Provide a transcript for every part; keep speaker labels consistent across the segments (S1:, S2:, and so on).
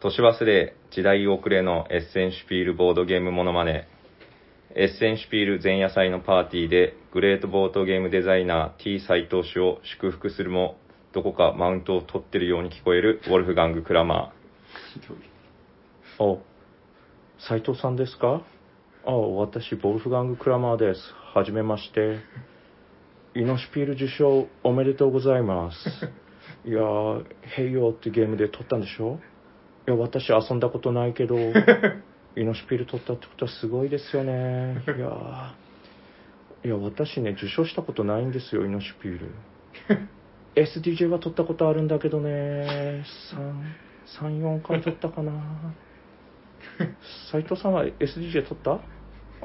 S1: 年忘れ、時代遅れのエッセンシュピールボードゲームモノマネ。エッセンシュピール前夜祭のパーティーで、グレートボードゲームデザイナー T 斎藤氏を祝福するも、どこかマウントを取ってるように聞こえるウォルフガング・クラマー。お、斎藤さんですかあ、私、ボルフガング・クラマーです。はじめまして。イノシピール受賞おめでとうございます。いやー、ヘイヨーってゲームで取ったんでしょいや、私遊んだことないけど、イノシピール取ったってことはすごいですよね。いやー、いや、私ね、受賞したことないんですよ、イノシピール。SDJ は取ったことあるんだけどね、3、3、4回取ったかな。斉藤さんは SDJ 取ったあ、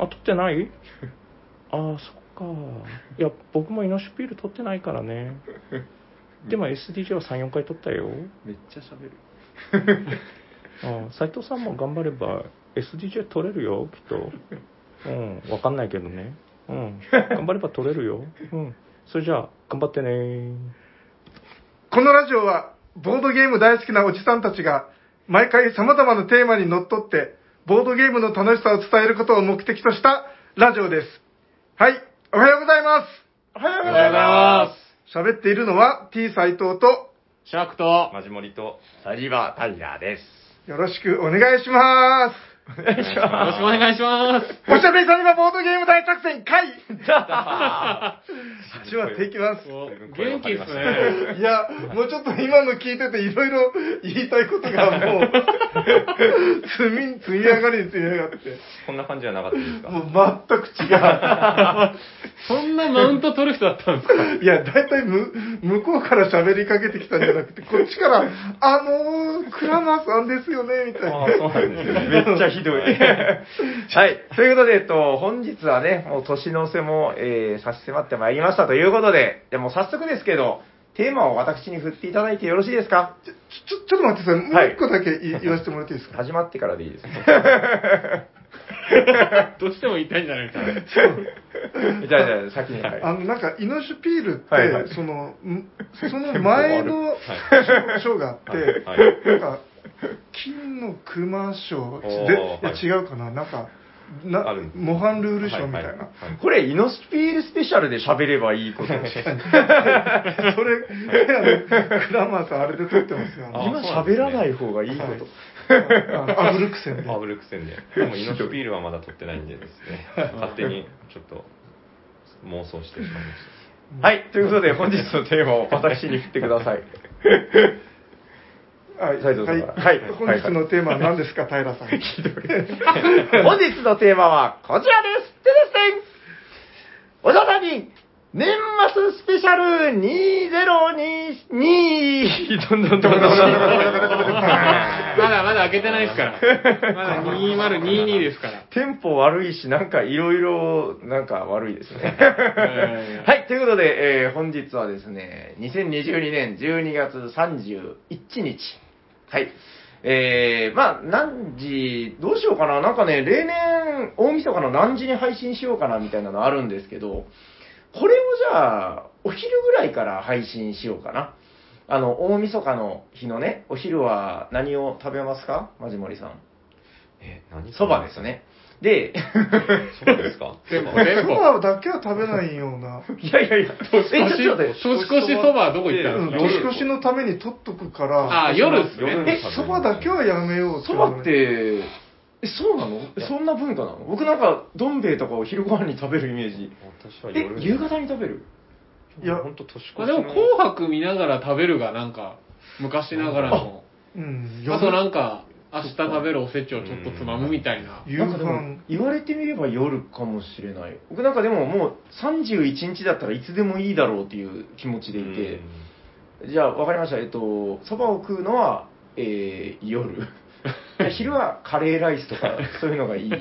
S1: 取ってない ああ、そっか。いや、僕もイノシピール取ってないからね。 でも SDJ は3、4回取ったよ。
S2: めっちゃ喋る。
S1: ああ斉藤さんも頑張れば SDJ 取れるよ、きっと。うん、わかんないけどね。うん、頑張れば取れるよ。うん、それじゃあ、頑張ってね
S3: このラジオは、ボードゲーム大好きなおじさんたちが、毎回様々なテーマにのっとって、ボードゲームの楽しさを伝えることを目的としたラジオです。はい、おはようございますおはよう
S2: おはようございます
S3: す喋っているのは T 斎藤と、
S2: シャークと、
S1: マジモリと、
S4: サジバタイラーです。
S3: よろしくお願いします
S1: お願いし
S2: よろしくお願いします。
S3: おしゃべりさんにはボードゲーム大作戦 会一話できます。
S2: お元
S1: 声が
S2: 気
S1: 張り
S2: で
S1: まし
S2: す
S1: た
S2: ね。
S3: いや、もうちょっと今の聞いてていろいろ言いたいことがもう、積み、積み上がりに積み上がって、
S1: こんな感じじゃなかったですか
S3: もう全く違
S2: そんなマウント取る人だったんですか
S3: う。いや、だいたいむ、向こうから喋りかけてきたんじゃなくて、こっちから、あのー、クラマーさんですよね、みたい
S1: あ
S3: な
S1: あ、。そうなんですね。
S4: めっちゃひどい。 はい。ということで、えっと、本日はね、もう年の瀬も、えー、差し迫ってまいりましたということで、でもう早速ですけど、テーマを私に振っていただいてよろしいですか
S3: ちょ、ちょ、ちょっと待ってください。も
S4: は
S3: う
S4: い
S3: 一個だけ言い言わせてもらっていいですか。
S4: 始まってからでいいです。
S2: どうしても言いたいんじゃないかな。
S4: じゃあ、じゃあ、先に。はい
S3: あの、なんか、イノシュピールって、
S4: はいはい
S3: その、んその前の賞があって、
S1: はいはい
S3: なんか、金の熊賞、で、い
S1: おー
S3: や
S1: はい
S3: 違うかな、なんか、な
S1: あるんです
S3: 模範ルール賞みたいな。
S1: ははは
S4: これ、イノスピールスペシャルで喋ればいいこと。
S3: それ、あのクラマーさん、あれで撮ってますよ。
S1: あ
S4: 今喋らない方がいいこ
S3: はい
S4: と。
S3: あアブルクセンで。
S1: アブルクセンで。でも、イノシュピールはまだ取ってないんでですね。勝手に、ちょっと、妄想してしまいまし
S4: はい。ということで、本日のテーマを私に振ってください。
S3: はい、
S4: 斉藤さんからはいはい
S3: 本日のテーマは何ですか、平さん。
S4: 本日のテーマはこちらです。テレセンおじゃさに年末スペシャル2022どんどんどんどんどんどん
S2: まだまだ開けてないですから。まだ2022ですから。
S4: テンポ悪いし、なんかいろいろ、なんか悪いですね。
S2: えー
S4: はい、ということで、えー本日はですね、2022年12月31日。はい。えー、まあ、何時、どうしようかな。なんかね、例年、大晦日の何時に配信しようかなみたいなのあるんですけど、これをじゃあ、お昼ぐらいから配信しようかな。あの、大晦日の日のね、お昼は何を食べますかマジモリさん。
S1: た。え、何
S4: そばです。ね。で、
S1: そばですか
S2: 全部、
S3: そ
S2: 全部。
S3: ばだけは食べないような。
S4: いやいやいや、え、ちょっと待って。
S2: 年越しそばはどこ行った
S3: うんん
S2: ですか
S3: 年越しのために取っとくから、
S2: あー、夜です
S1: 夜
S2: ね。
S3: え、そばだけはやめよう
S4: そばっ
S3: い
S4: て、え、そうなのそんな文化なの僕なんか、どん兵衛とかを昼ご飯に食べるイメージ。
S1: 私は
S4: え
S1: 夜、。
S4: 夕方に食べる
S1: いや、ほんと年越し
S2: ま
S1: の。
S2: あでも、紅白見ながら食べるがなんか、昔ながらの。
S3: う。うん、
S2: あと
S3: 夜、
S2: なんか、明日食べるおせちをちょっとつまむみたいな。
S3: 夕
S4: なんかでも
S3: 飯。
S4: 言われてみれば夜かもしれない。僕なんかでももう31日だったらいつでもいいだろうっていう気持ちでいて。じゃあ、わかりました。えっと、そばを食うのは、えー、夜。じゃあ昼はカレーライスとか、そういうのがいい。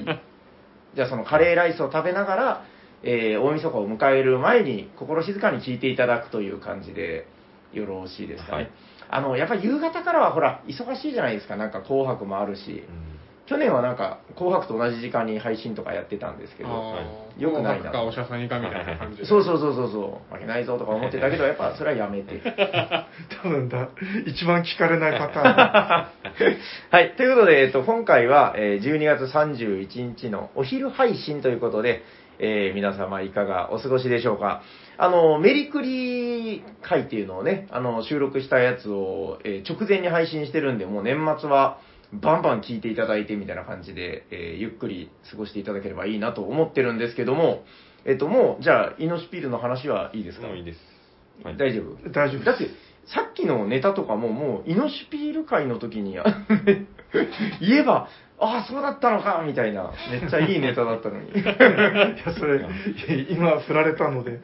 S4: じゃあ、そのカレーライスを食べながら、えー、大晦日を迎える前に、心静かに聞いていただくという感じで、よろしいですかね。
S1: はい
S4: あの、やっぱり夕方からは、ほら、忙しいじゃないですか。なんか、紅白もあるし
S1: う。ん
S4: 去年はなんか、紅白と同じ時間に配信とかやってたんですけど、
S2: あー
S4: よくないな
S2: 紅白かおしゃさにかみたいな感じで。
S4: そうそうそうそうそう、負けないぞとか思ってたけど、やっぱそれはやめて。
S3: 多分だ、一番聞かれないパタ
S4: はい。ということで、えっと、今回は、えー12月31日のお昼配信ということで、えー皆様いかがお過ごしでしょうか。あの、メリクリ会っていうのをね、あの、収録したやつを、えー直前に配信してるんで、もう年末はバンバン聞いていただいてみたいな感じで、えーゆっくり過ごしていただければいいなと思ってるんですけども、えっと、もう、じゃあ、イノシピールの話はいいですか
S1: もういいです。はい
S4: 大丈夫
S3: 大丈夫です
S4: だってさっきのネタとかももうイノシピール会の 時にあ言えばああそうだったのかみたいなめっちゃいいネタだったのに
S3: ーン。いや、それ、今振られたので、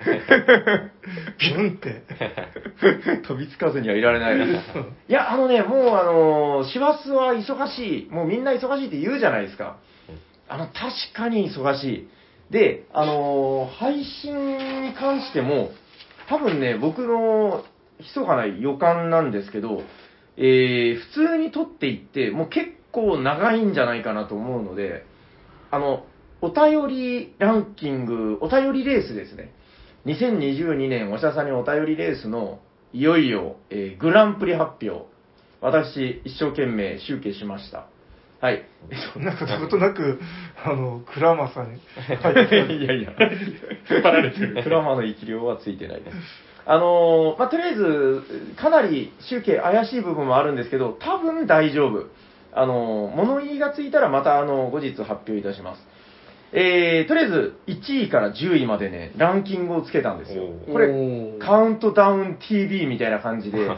S3: ビュンって。
S4: 飛びつかずにはいられないいやあのねもうあの師走は忙しいもうみんな忙しいって言うじゃないですかあの確かに忙しいであの配信に関しても多分ね僕の密かな予感なんですけどえー普通に撮っていって、もう結構長いんじゃないかなと思うので、あの、お便りランキング、お便りレースですね。2022年おしゃさんにお便りレースの、いよいよ、えーグランプリ発表。私、一生懸命集計しました。はい。
S3: なんか、ことなく、あの、クラマさんに。
S4: いやいや、引っ張られてる。クラマの生き量はついてないです。あのーまあ、とりあえず、かなり集計怪しい部分もあるんですけど、多分大丈夫。あのー物言いがついたらまた、あの後日発表いたします。えー、とりあえず、1位から10位までね、ランキングをつけたんですよ。
S1: おー
S4: これ、
S2: おー
S4: カウントダウン TV みたいな感じで、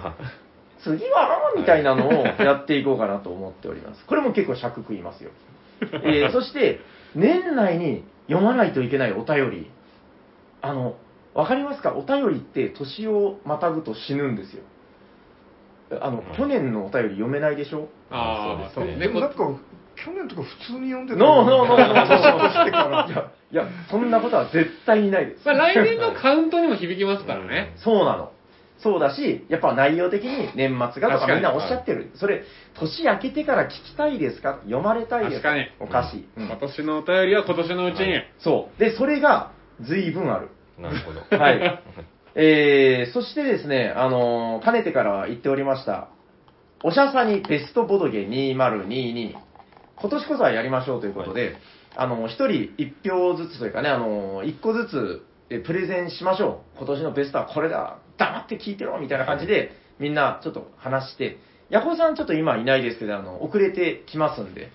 S4: 次はみたいなのをやっていこうかなと思っております。これも結構尺食いますよ。えーそして、年内に読まないといけないお便り。あの、わかりますかお便りって年をまたぐと死ぬんですよ。あの、去年のお便り読めないでしょ
S2: ああ、そうです
S3: で
S2: ね。
S3: もなんか、
S2: こ
S3: 去年とか普通に読んでた。
S4: ノーノーノーノーノ ー
S3: してから
S4: いや、いや、そんなことは絶対にないです。
S2: まあ来年のカウントにも響きますからね。
S4: そうなの。そうだし、やっぱ内容的に年末がとか
S2: 確かに
S4: みんなおっしゃってる。それ、年明けてから聞きたいですか読まれたいです
S2: 確かに
S4: おかしい。うん
S2: 今年のお便りは今年のうちに。
S4: そう。で、それが随分ある。
S1: なるほど。
S4: はい。えー、そしてですね、あのーかねてから言っておりました、おしゃさにベストボドゲ2022、今年こそはやりましょうということで、あのー、1人1票ずつというかね、あのー、1個ずつえプレゼンしましょう。今年のベストはこれだ。黙って聞いてろみたいな感じで、みんなちょっと話して、ヤコウさんちょっと今いないですけど、あの、遅れてきますんで、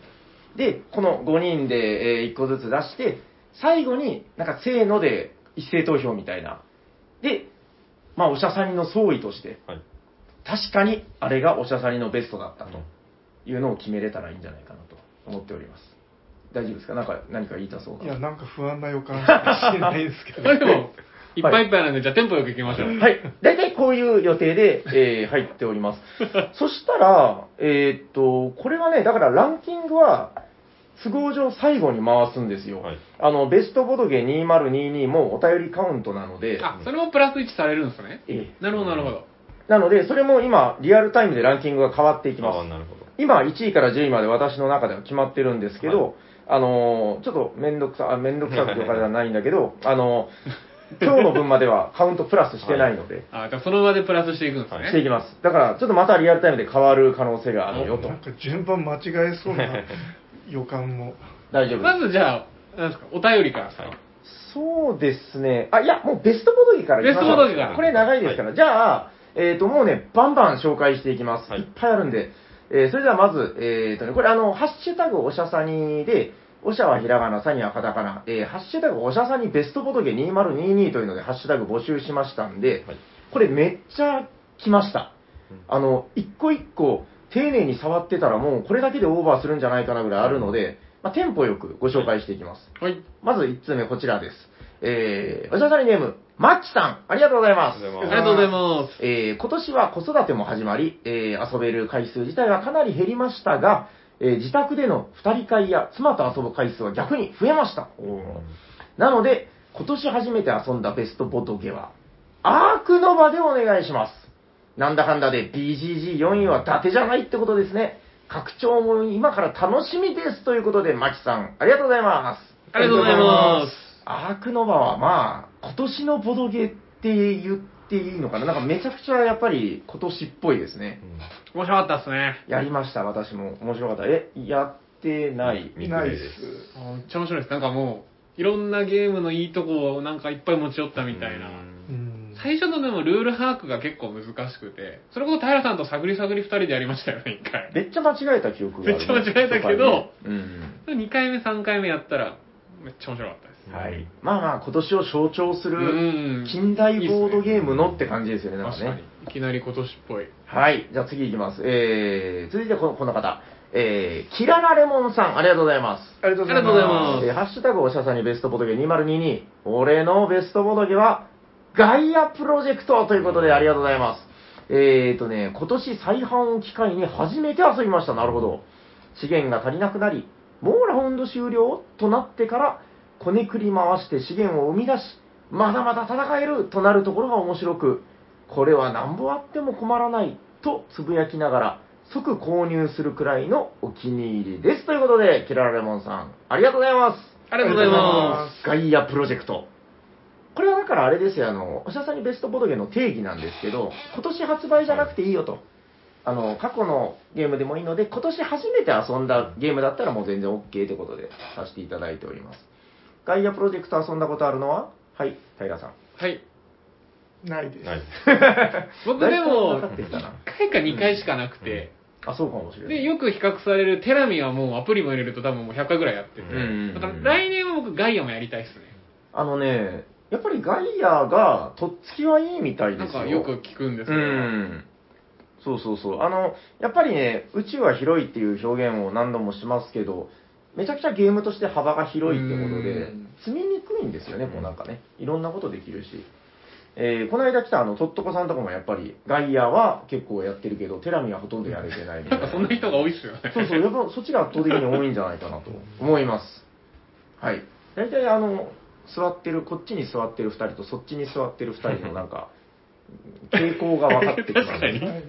S4: で、この5人で、え1個ずつ出して、最後になんかせーので一斉投票みたいな。で、まあ、おしゃさにの総意として、
S1: はい。
S4: 確かにあれがおしゃさにのベストだったというのを決めれたらいいんじゃないかなと思っております。大丈夫ですかなんか、何か言いたそう
S3: い
S4: な。
S3: や、なんか不安な予感しかしないですけ
S2: こ
S3: ど。
S2: れでも、いっぱいいっぱいなんで、じゃあテンポよく行きましょう。
S4: はい。大体こういう予定で、えー入ってお ります。そしたら、えーっと、これはね、だからランキングは、都合上最後に回すんですよ。
S1: はい
S4: あの、ベストボドゲ2022もお便りカウントなので、
S2: あ、それもプラス1されるんですね。
S4: え
S2: なるほど、なるほど。
S4: ーなので、それも今、リアルタイムでランキングが変わっていきます
S1: ああ、。なるほど。
S4: 今、1位から10位まで私の中では決まってるんですけど、
S1: は
S4: あのーちょっとめんどくさ、あめんどくさくてお金はないんだけど、あのー今日の分まではカウントプラスしてないので、
S2: あ、じゃあその場でプラスしていくんです
S4: して
S2: ね。
S4: いきます。だから、ちょっとまたリアルタイムで変わる可能性があるよと
S3: な。んか順番間違えそう な予感も。
S4: 大丈夫で
S2: まずじゃあ、なんですか、お便りからですか。
S4: す。そうですね。あ、いや、もうベストボドギからいきましょう
S2: ベストボドギから
S4: これ長いですから。じゃあ、えっ、と、もうね、バンバン紹介していきます。
S1: はい
S4: い、っぱいあるんで。えーそれではまず、えっ、とね、これあの、ハッシュタグおしゃさにで、おしゃはひらがな、さにはカタカナ、えーハッシュタグおしゃさにベストボドゲ2022というので、ハッシュタグ募集しましたんで、
S1: はい
S4: これめっちゃ来ました。あの、一個一個、丁寧に触ってたらもうこれだけでオーバーするんじゃないかなぐらいあるので、まあ、テンポよくご紹介していきます。
S2: はい。
S4: まず1通目こちらです。えー、おしゃさりネーム、マッチさん、ありがとうございます。
S1: ありがとうご
S2: あ
S1: ざい
S2: りがとうございます。
S4: えー今年は子育ても始まり、えー遊べる回数自体はかなり減りましたが、えー自宅での2人会や妻と遊ぶ回数は逆に増えました。なので、今年初めて遊んだベストボトゲは、アークノバでお願いします。なんだかんだで BGG4 位は伊達じゃないってことですね。拡張も今から楽しみですということで、マキさん、ありがとうございます。
S2: ありがとうございます。
S4: アークノバはまあ、今年のボドゲって言っていいのかななんかめちゃくちゃやっぱり今年っぽいですね。
S2: 面白かったですね。
S4: やりました、私も。面白かった。え、やってない。
S1: 未
S3: ナ
S1: 来
S3: イ
S1: です
S3: ス。
S2: あめっちゃ面白いです。なんかもう、いろんなゲームのいいとこをなんかいっぱい持ち寄ったみたいな。
S1: うん
S3: うん
S2: 最初のでもルール把握が結構難しくて、それこそ平さんと探り探り二人でやりましたよね、一回。
S4: めっちゃ間違えた記憶がある、
S2: めっちゃ間違えたけど
S4: うんうん。
S2: 2回目、3回目やったら、めっちゃ面白かったです。
S4: はい。まあまあ、今年を象徴する
S2: うん
S4: 近代ボードゲームのって感じですよね、なん
S2: 確
S4: か
S2: かに
S4: ね。。
S2: いきなり今年っぽい。
S4: はい。じゃあ次いきます。えー、続いてこのこの方。えー、キララレモンさん、ありがとうございます。
S3: ありがとうござい
S2: ありがとうござい
S3: ま。
S2: ますす
S4: えーハッシュタグおしゃさにベストボトゲ2022。俺のベストボトゲは、ガイアプロジェクトということでありがとうございます。えーとね、今年再販を機会に初めて遊びました。なるほど。資源が足りなくなり、もうラウンド終了となってから、こねくり回して資源を生み出し、まだまだ戦えるとなるところが面白く、これはなんぼあっても困らないとつぶやきながら、即購入するくらいのお気に入りです。ということで、キララレモンさん、ありがとうございます。
S2: ありがとうございます。
S4: ガイアプロジェクト。これはだからあれですよ、あの、おしゃさんにベストボードゲームの定義なんですけど、今年発売じゃなくていいよと。あの、過去のゲームでもいいので、今年初めて遊んだゲームだったらもう全然 OK ということでさせていただいております。ガイアプロジェクト遊んだことあるのははい、平さん。
S2: はい。
S3: ないです。
S1: はい。
S2: 僕で
S4: 大
S2: も
S4: 体分、かってきたな。
S2: 1回か2回しかなくて、
S4: あ、そうかもしれな
S2: で、
S4: い。
S2: よく比較されるテラミはもうアプリも入れると多分もう100回ぐらいやってて、
S4: うん
S2: だから来年は僕ガイアもやりたいですね。
S4: あのね、やっぱりガイアがとっつきはいいみたいです
S2: な
S4: よ。
S2: んかよく聞くんですけ
S4: う
S2: ど、
S4: ん。そうそうそう。あの、やっぱりね、宇宙は広いっていう表現を何度もしますけど、めちゃくちゃゲームとして幅が広いってこと
S2: う
S4: で
S2: ん、
S4: 積みにくいんですよね、こうなんかね。いろんなことできるし。えーこの間来たあの、とっとこさんとかもやっぱり、ガイアは結構やってるけど、テラミはほとんどやれてないみた
S2: ないん
S4: な。
S2: かそんな人が多いっすよね。
S4: そうそう、やっぱそっちが圧倒的に多いんじゃないかなと思います。はい。大体あの、座ってる、こっちに座ってる2人とそっちに座ってる2人のなんか、 傾向が分かってきます。
S2: 確かに
S3: はい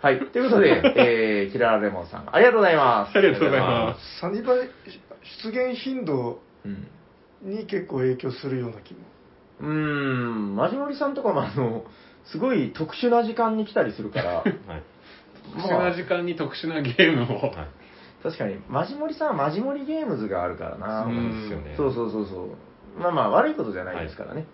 S4: はい。ということで、えー、キララレモンさん、ありがとうございます。
S2: ありがとうございま
S3: サニバ出現頻度
S4: うん
S3: に結構影響するような気も。
S4: うーん、マジモリさんとかもあの、すごい特殊な時間に来たりする から、
S1: はい。
S2: 特殊な時間に特殊なゲームを。
S1: はい。
S4: 確かに、マジモリさんはマジモリゲームズがあるからな。
S1: そう
S2: うん
S1: なんですよね。
S4: そうそうそうそう。まあまあ悪いことじゃないですからね。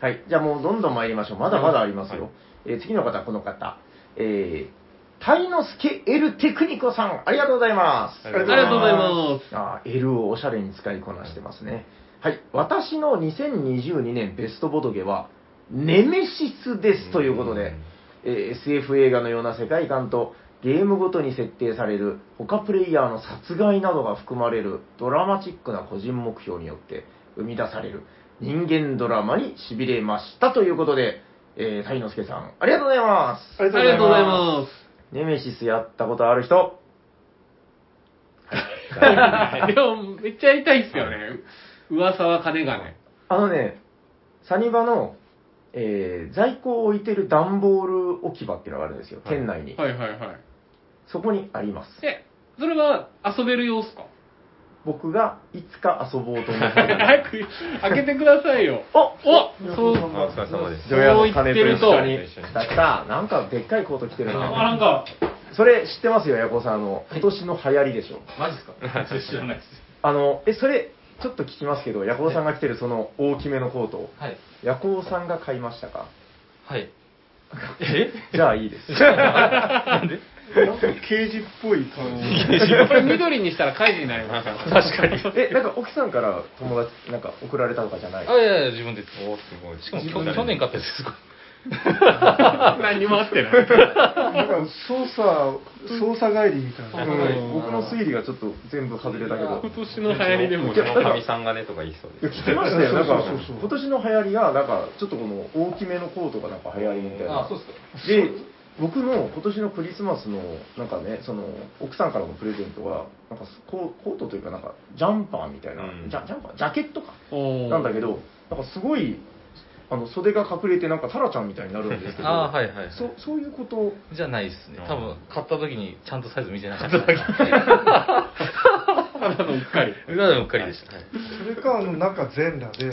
S4: はい。じゃあもうどんどん参りましょう。まだまだありますよ。
S1: はい
S4: えー次の方、この方。えー、タイノスケエルテクニコさん、ありがとうございます。
S1: あ
S2: あ
S1: り
S2: りがとうござい
S3: す。
S2: ます。
S4: あー L をおしゃれに使いこなしてますね。はい。私の2022年ベストボトゲは、ネメシスですということで。えー SF 映画のような世界観とゲームごとに設定される他プレイヤーの殺害などが含まれるドラマチックな個人目標によって生み出される人間ドラマにしびれましたということで、えー、タイノスケさん、ありがとうござい
S3: あ
S4: ま
S2: あ
S3: り
S2: りが
S3: が
S2: と
S3: と
S2: う
S3: う
S2: ご
S3: ご
S2: ざ
S3: ざ
S2: い
S3: います
S2: ます。
S4: す。ネメシスやったことある人
S2: でも、めっちゃやりたいっすよね。噂は金がね。
S4: あのね、サニバの、えー在庫を置いてる段ボール置き場っていうのがあるんですよ、
S1: はい
S4: 店内に。
S2: はいはいはい。
S4: そこにあります。
S2: え、それは遊べる様 子か
S4: 僕がいつか遊ぼうと思 ってる。
S2: 早く開けてくださいよ。
S4: お
S2: おそう、
S1: あお疲れ様です。
S4: 除夜の鐘と一緒に
S1: そう言ってると
S4: だったなんかでっかいコート着てる
S2: あ、な
S4: なん
S2: か、
S4: それ知ってますよヤコさんあの今年の流行りでしょ
S5: マジっすかそれ知らないです。
S4: あのえそれちょっと聞きますけどヤコさんが着てるその大きめのコート
S5: はい。
S4: ヤコさんが買いましたか
S5: はい。え
S4: じゃあいいです
S3: なんか刑事っぽい感じ。
S2: これ緑にしたら火事になりますよ。
S5: 確かに。
S4: えなんか奥さんから友達なんか送られたとかじゃない
S5: あ、いやいや、自分で。
S1: おすごい。
S5: しかも去去年 買ったやつです、こ
S2: 何にも合 ってない。
S3: なんか捜査、捜査帰りみたい な。
S4: う
S3: うんん
S4: 僕の推理がちょっと全部外れたけど
S2: 今年の流行りでも
S1: うち
S2: ね。
S1: のかみさんがねとか言いそう
S4: いや
S1: で
S4: 聞
S1: す
S4: き
S1: ね。
S4: ましたよなんか
S3: そうそうそう
S4: 今年の流行りがなんかちょっとこの大きめのコートがなんか流行りみたい
S5: れ。
S4: な
S5: あ、そうっすか。
S4: で僕の今年のクリスマスのなんかねその奥さんからのプレゼントがなんかコーコートというかなんかジャンパーみたいな、
S1: うん
S4: ジャジャンパージャケットか
S2: おー
S4: なんだけどなんかすごいあの袖が隠れてなんかタラちゃんみたいになるんですけ ど
S5: あーはいはい
S4: そそういうこと
S5: じゃないですね
S1: あー
S5: 多分買った時にちゃんとサイズ見てなかっただけただのうっか りただのうっかりでした、はい
S3: それか、あの、中全裸で、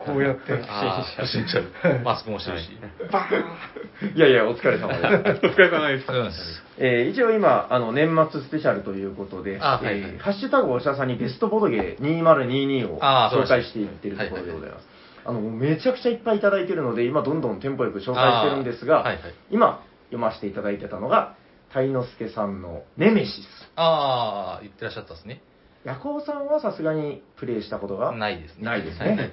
S3: こうやって、
S5: あー不審者マスクもしてるし、
S3: バーン
S4: いやいやお疲れ様で す
S2: お疲れ様
S5: ありがと
S2: です。
S5: うございます
S4: えー一応今、あの、年末スペシャルということで、
S5: あはいはい
S4: えーハッシュタグおしゃさんにベストボドゲー2022を
S5: あ
S4: 紹介していってるところでございます。あの、もうめちゃくちゃいっぱいいただいてるので、今どんどんテンポよく紹介してるんです
S5: あ
S4: が、
S5: ーはいはい
S4: 今読ませていただいてたのが、タイノスケさんのネメシス。
S5: ああ言ってらっしゃったですね
S4: ヤコウさんはさすがにプレイしたことが
S5: ないですね
S4: ないです
S5: はい
S4: ね。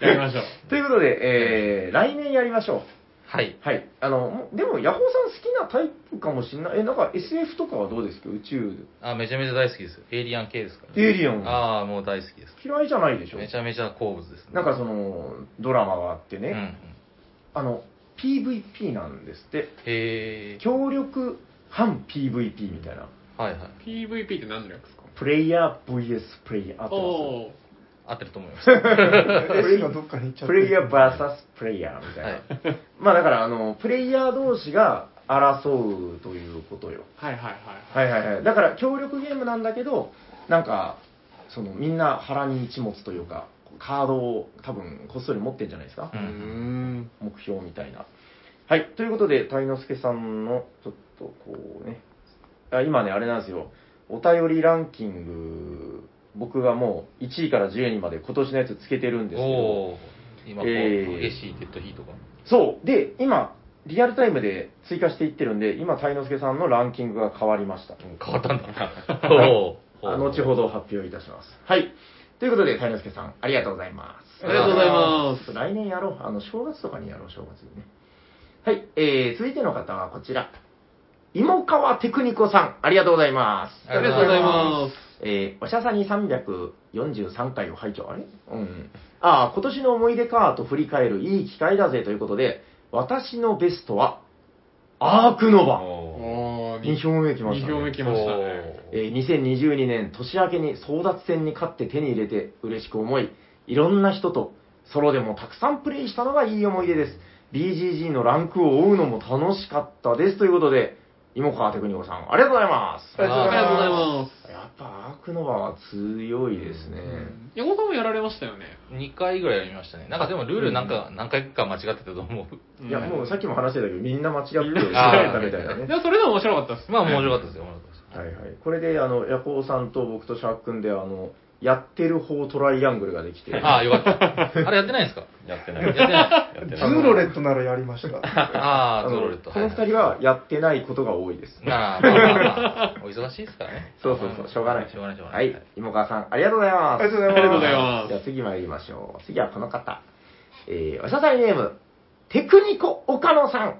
S2: やりましょう。
S4: ということで、えー来年やりましょう。
S5: はい
S4: はい。あの、もうでも、ヤホーさん好きなタイプかもしれない。え、なんか SF とかはどうですか宇宙。
S5: あめちゃめちゃ大好きですエイリアン系ですから、
S4: エイリアン。
S5: ああもう大好きです
S4: 嫌いじゃないでしょ
S5: めちゃめちゃ好物ですね
S4: なんかそのドラマがあってね、
S5: うんうん、
S4: あの PVP なんですって
S5: へえ
S4: 協力反 PVP みたいな
S5: はいはい
S2: PVP って何の略ですか
S4: プレイヤー VS プレイヤーあと
S2: おー。
S5: 合ってると思いますは
S3: 絵がどっかに行っちゃって
S4: プレイヤー VS プレイヤーみたいな、
S5: い
S4: まあだからあのプレイヤー同士が争うということよ
S2: はいはいはいはい。
S4: はいはいはいだから協力ゲームなんだけどなんかそのみんな腹に一物というかカードを多分こっそり持ってんじゃないですか、
S5: う
S2: うーん。
S4: 目標みたいな。はい、ということで、鯛之助さんの、ちょっとこうね、あ今ね、あれなんですよ、お便りランキング、僕がもう1位から10位まで今年のやつつけてるんですけど、
S5: おお今こう、
S4: えー
S5: 激しいデッドヒートが
S4: そう、で、今、リアルタイムで追加していってるんで、今、鯛之助さんのランキングが変わりました。
S5: 変わったん だなおお
S4: あ後ほど発表いたします。はい。ということで、鯛之助さん、ありがとうございます。
S2: ありがとうございます
S4: ちょっと来年やろう。あの、正月とかにやろう、正月にね。はい。えー、続いての方はこちら。芋川テクニコさん、ありがとうございます。
S2: ありがとうございま
S4: えー、おしゃさに343回を拝聴あれうん。ああ、今年の思い出かと振り返るいい機会だぜということで、私のベストは、アークノバ。
S2: す。
S1: おー
S2: おー、
S4: 2票目きました、ね。
S2: 二票目来ましたね。
S4: えー2022年年明けに争奪戦に勝って手に入れて嬉しく思い、いろんな人とソロでもたくさんプレイしたのがいい思い出です。BGG のランクを追うのも楽しかったです。ということで、芋川テクニコさん、ありがとうございます。
S5: ありがと
S2: あ
S5: う
S2: りがとうござい
S5: す
S2: ます。
S4: やっぱ、アークノバは強いですね。
S2: ヤコさんもやられましたよね。
S5: 2回ぐらいやりましたねなんかでもルールなんか何回か間違ってたと思う
S4: いや、もうさっきも話してたけど、みんな間違って
S2: みんな
S4: 間違えたみたいなね
S2: い。や、それでも面白かったっす。
S5: まあ面白かったですよ面白かったです
S4: はいはい。これで、あの、ヤコウさんと僕とシャーク君で、あの、やってる方トライアングルができて。
S5: ああ、よかった。あれやってないんですか
S1: やってな
S5: やっ
S1: い。
S5: てない。
S1: やっ
S3: ズ
S1: て
S3: ーロ
S1: ない。
S3: レットならやりました。
S5: あ
S4: あ
S5: あ、ゾ
S4: の
S5: ロレット。
S4: この二人はやってないことが多いです。
S5: い。なあ、まあまあまあ お忙しいですからね。
S4: そうそうそう、しょうがない。
S5: しょうがない、しょうが
S4: は
S5: ない。
S4: い、芋川さん、ありがとうございま
S3: あ
S4: す。
S3: りがとうございます。
S2: ありがとうございます
S4: じゃあ次参りましょう。次はこの方。えー、おしゃさりネーム、テクニコ岡野さん。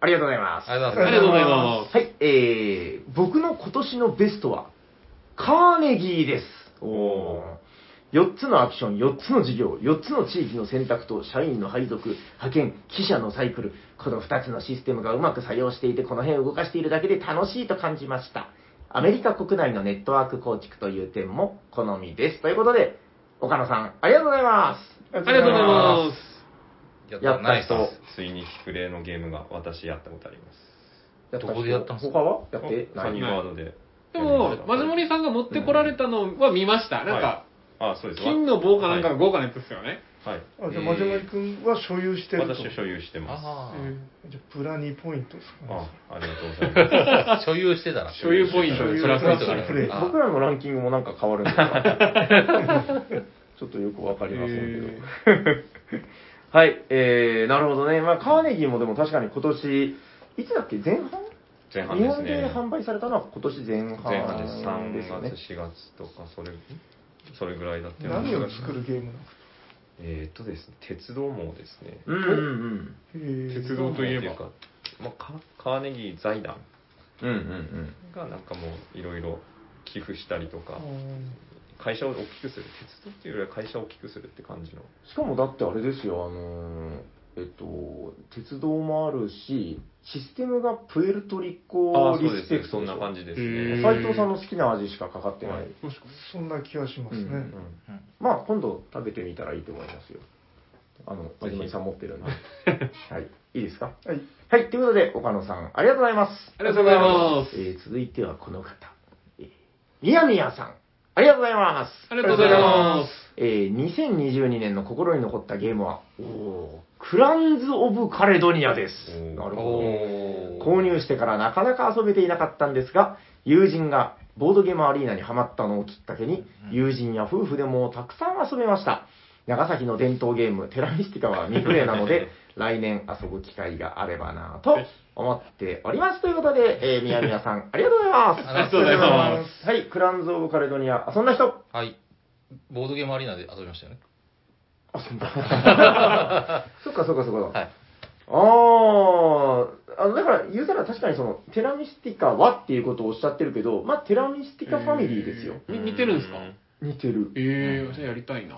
S4: ありがとうございます。
S5: ありがとうございます
S2: ありがとうございます。
S4: はい、えー、僕の今年のベストは、カーネギーです。お4つのアクション、4つの事業、4つの地域の選択と、社員の配属、派遣、記者のサイクル、この2つのシステムがうまく作用していて、この辺を動かしているだけで楽しいと感じました。アメリカ国内のネットワーク構築という点も好みです。ということで、岡野さん、ありがとうございます。
S2: ありがとうございます。
S5: やったないです。
S4: やっ
S1: ついにキクレイのゲームが私やったことあります。
S4: や人
S5: どこでやったんですか
S4: 他はやってな
S1: サニ
S4: い
S1: ーワードで。
S2: でも、マジモリさんが持ってこられたのは見ました。なんか、
S1: はい、あ、そうです。
S2: 金の棒かなんかが豪華なやつですよね。
S1: はい。はい。
S3: あじゃあ、まじまり君は所有してると。
S1: 私は所有してます。
S5: あ
S3: じゃあ、プラ2ポイントですかね
S1: あ、ありがとうございます。
S5: あ、所有してたら。
S2: 所有ポイントでプラスポイントがあ
S3: 所有プラスプレ
S2: る
S3: イ。
S4: 僕らのランキングもなんか変わるんで すかちょっとよくわかりませんけど。はい、えー、なるほどね。まあ、カーネギーもでも確かに今年、いつだっけ前半
S1: 前半です
S4: 日
S1: ね。
S4: 本で販売されたのは今年前半
S1: 前半です。3
S4: で
S1: 月
S4: すよね。、
S1: 4月とか、それ、それぐらいだったような
S3: 何を作るゲームなんですか
S1: えーっとですね、鉄道網ですね。
S4: うんうん
S3: へー
S2: 鉄道といえば
S1: ってうかまあ、カカーネギー財団
S4: うん。うんうんうん。
S1: がなんかもういろいろ寄付したりと
S3: あ
S1: か、
S3: ー
S1: 会社を大きくする、鉄道っていうよりは会社を大きくするって感じの。
S4: しかもだってあれですよ、あのーえっと、鉄道もあるし、システムがプエルトリ
S1: あ
S4: コ
S1: あ、そ
S4: リ
S1: うです
S4: スペ
S1: ね
S4: ク、ト
S1: そん
S4: でしょ
S1: な感じです
S2: へ
S1: ね。
S4: 斉藤さんの好きな味しかかかってな
S1: はいい
S3: そんな気はします
S4: うんう
S3: ね
S4: ん。
S5: うん
S4: まあ今度食べてみたらいいと思いますよ。あの、マジマジさん持ってる んで。はい。いいですかはい。はい。ということで、岡野さん、ありがとうございます。
S2: ありがとうございます
S4: えー続いてはこの方。えーみやみやさん、ありがとうございます。
S2: ありがとうございます。
S4: えー2022年の心に残ったゲームは、おークランズ・オブ・カレドニアです。
S1: おー
S4: なるほど。
S5: お
S4: 購入してからなかなか遊べていなかったんですが、友人がボードゲームアリーナにハマったのをきっかけに、友人や夫婦でもたくさん遊べました。長崎の伝統ゲーム、テラミスティカは未プレイなの で、来年遊ぶ機会があればなぁと思っております。ということで、えー、みやみやさん、ありがとうございます。。
S5: ありが
S2: とうございます
S4: はい、クランズ・オブ・カレドニア、遊んだ人
S5: はい。ボードゲームアリーナで遊びましたよね。
S4: 遊んだ。 そっかそっかそっか。
S5: はい。
S4: ああ、あの、だから言うたら確かにその、テラミスティカはっていうことをおっしゃってるけど、まあ、テラミスティカファミリーですよ。
S2: えー。に似てるんですか
S4: 似てる。
S2: ええー、じゃあやりたいな。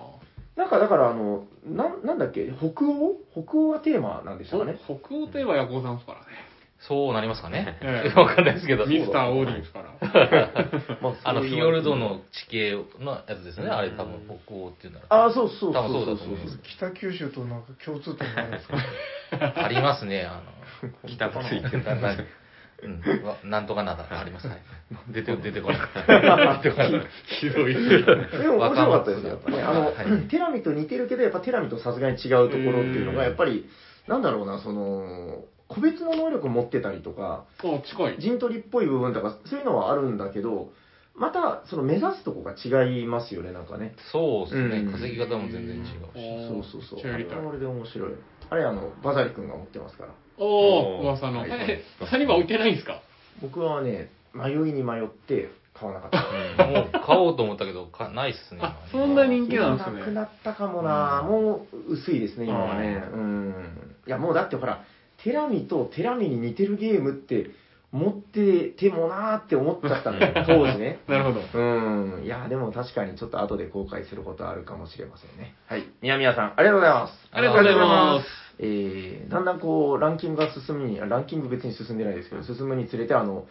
S4: なんかだからあの、なん、なんだっけ、北欧北欧がテーマなんでしたかね。
S2: 北欧といえばヤコウさんですからね。
S5: そうなりますかね
S2: え。え
S5: わかんないですけど。
S2: ミスターオーディンですから。
S4: ま
S5: あの、
S4: そ
S5: フィ
S4: う言
S5: ヨ
S4: われ
S5: ル
S4: て
S5: ド
S4: も
S5: の地形のやつですね。あれ多分、北欧っていうなら。
S4: ああ、そうそうそう。
S5: 多分そうだと思います
S3: 北九州となんか共通点があるんですか
S5: ありますね。あの、
S1: 北ついてた
S5: なな
S1: な。
S5: うんわなんとかなだあります。はい出て、出てこない。出てこない。ひどい。
S4: でも面白かったですよ、やっぱね。あの、
S5: はい
S4: テラミと似てるけど、やっぱテラミとさすがに違うところっていうのが、やっぱり、なんだろうな、その、個別の能力持ってたりとか、
S2: お、近い。
S4: 陣取りっぽい部分とか、そういうのはあるんだけど、また、その目指すとこが違いますよね、なんかね。
S5: そうです
S4: うん
S5: ね。稼ぎ方も全然違うし。
S2: お
S4: そう
S2: ー
S4: そうそう。
S2: じゃあやりたい
S4: あれ。はあれで面白い。あれ、あの、バザリ君が持ってますから。
S2: お
S1: お
S2: お、
S1: ー
S2: 噂の。
S1: はい
S2: え、サニバ置いてないんですか
S4: 僕はね、迷いに迷って買わなかった。
S5: もう買おうと思ったけど、かないっすね。
S2: あ、
S5: 今
S2: そん
S5: ね
S2: な人気なんです
S4: なく
S2: ね。
S4: なったかもな、もう薄いですね、今はね。
S2: あ
S4: うん。いや、もうだってほら、テラミとテラミに似てるゲームって、持っててもなーって思っちゃったんだよ、当時ね。
S2: なるほど。
S4: うん。いや、でも確かにちょっと後で後悔することはあるかもしれませんね。はい。宮宮さん、ありがとうございます。
S2: ありがとうございます。
S4: えー、だんだんこう、ランキングが進むに、ランキング別に進んでないですけど、進むにつれて、あの、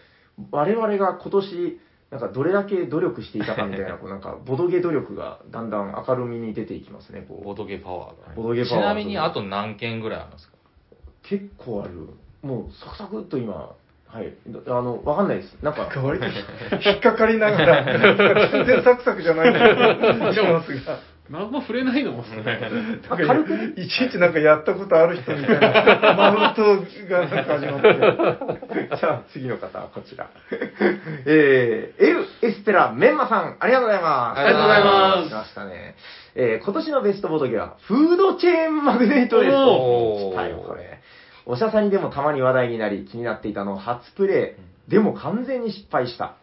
S4: 我々が今年、なんかどれだけ努力していたかみたい な、こうなんか、ボドゲ努力がだんだん明るみに出ていきますね、
S5: ボ
S4: こ
S5: ードゲパワーが。
S4: ボードゲパワー
S5: ちなみに、あと何件ぐらいあるんですか
S4: う。結構ある。もう、サクサクっと今、はい。あの、わかんないです。なんか、
S3: 割と引っかかりながら、全然サクサクじゃないんだけど、しますが。
S2: 何も触れないのもっすね。
S4: あ軽く
S3: いちいちなんかやったことある人みたいな、マウントがなんか始まって。
S4: じゃあ、次の方はこちら。えー、エル・エステラ・メンマさん、ありがとうございます。
S5: ありがとうございます
S4: 来ましたね。えー、今年のベストボードゲームは、フードチェーンマグネートです。
S5: おー
S4: 来たよ、これ。おしゃさんにでもたまに話題になり、気になっていたのを初プレイ。でも完全に失敗した。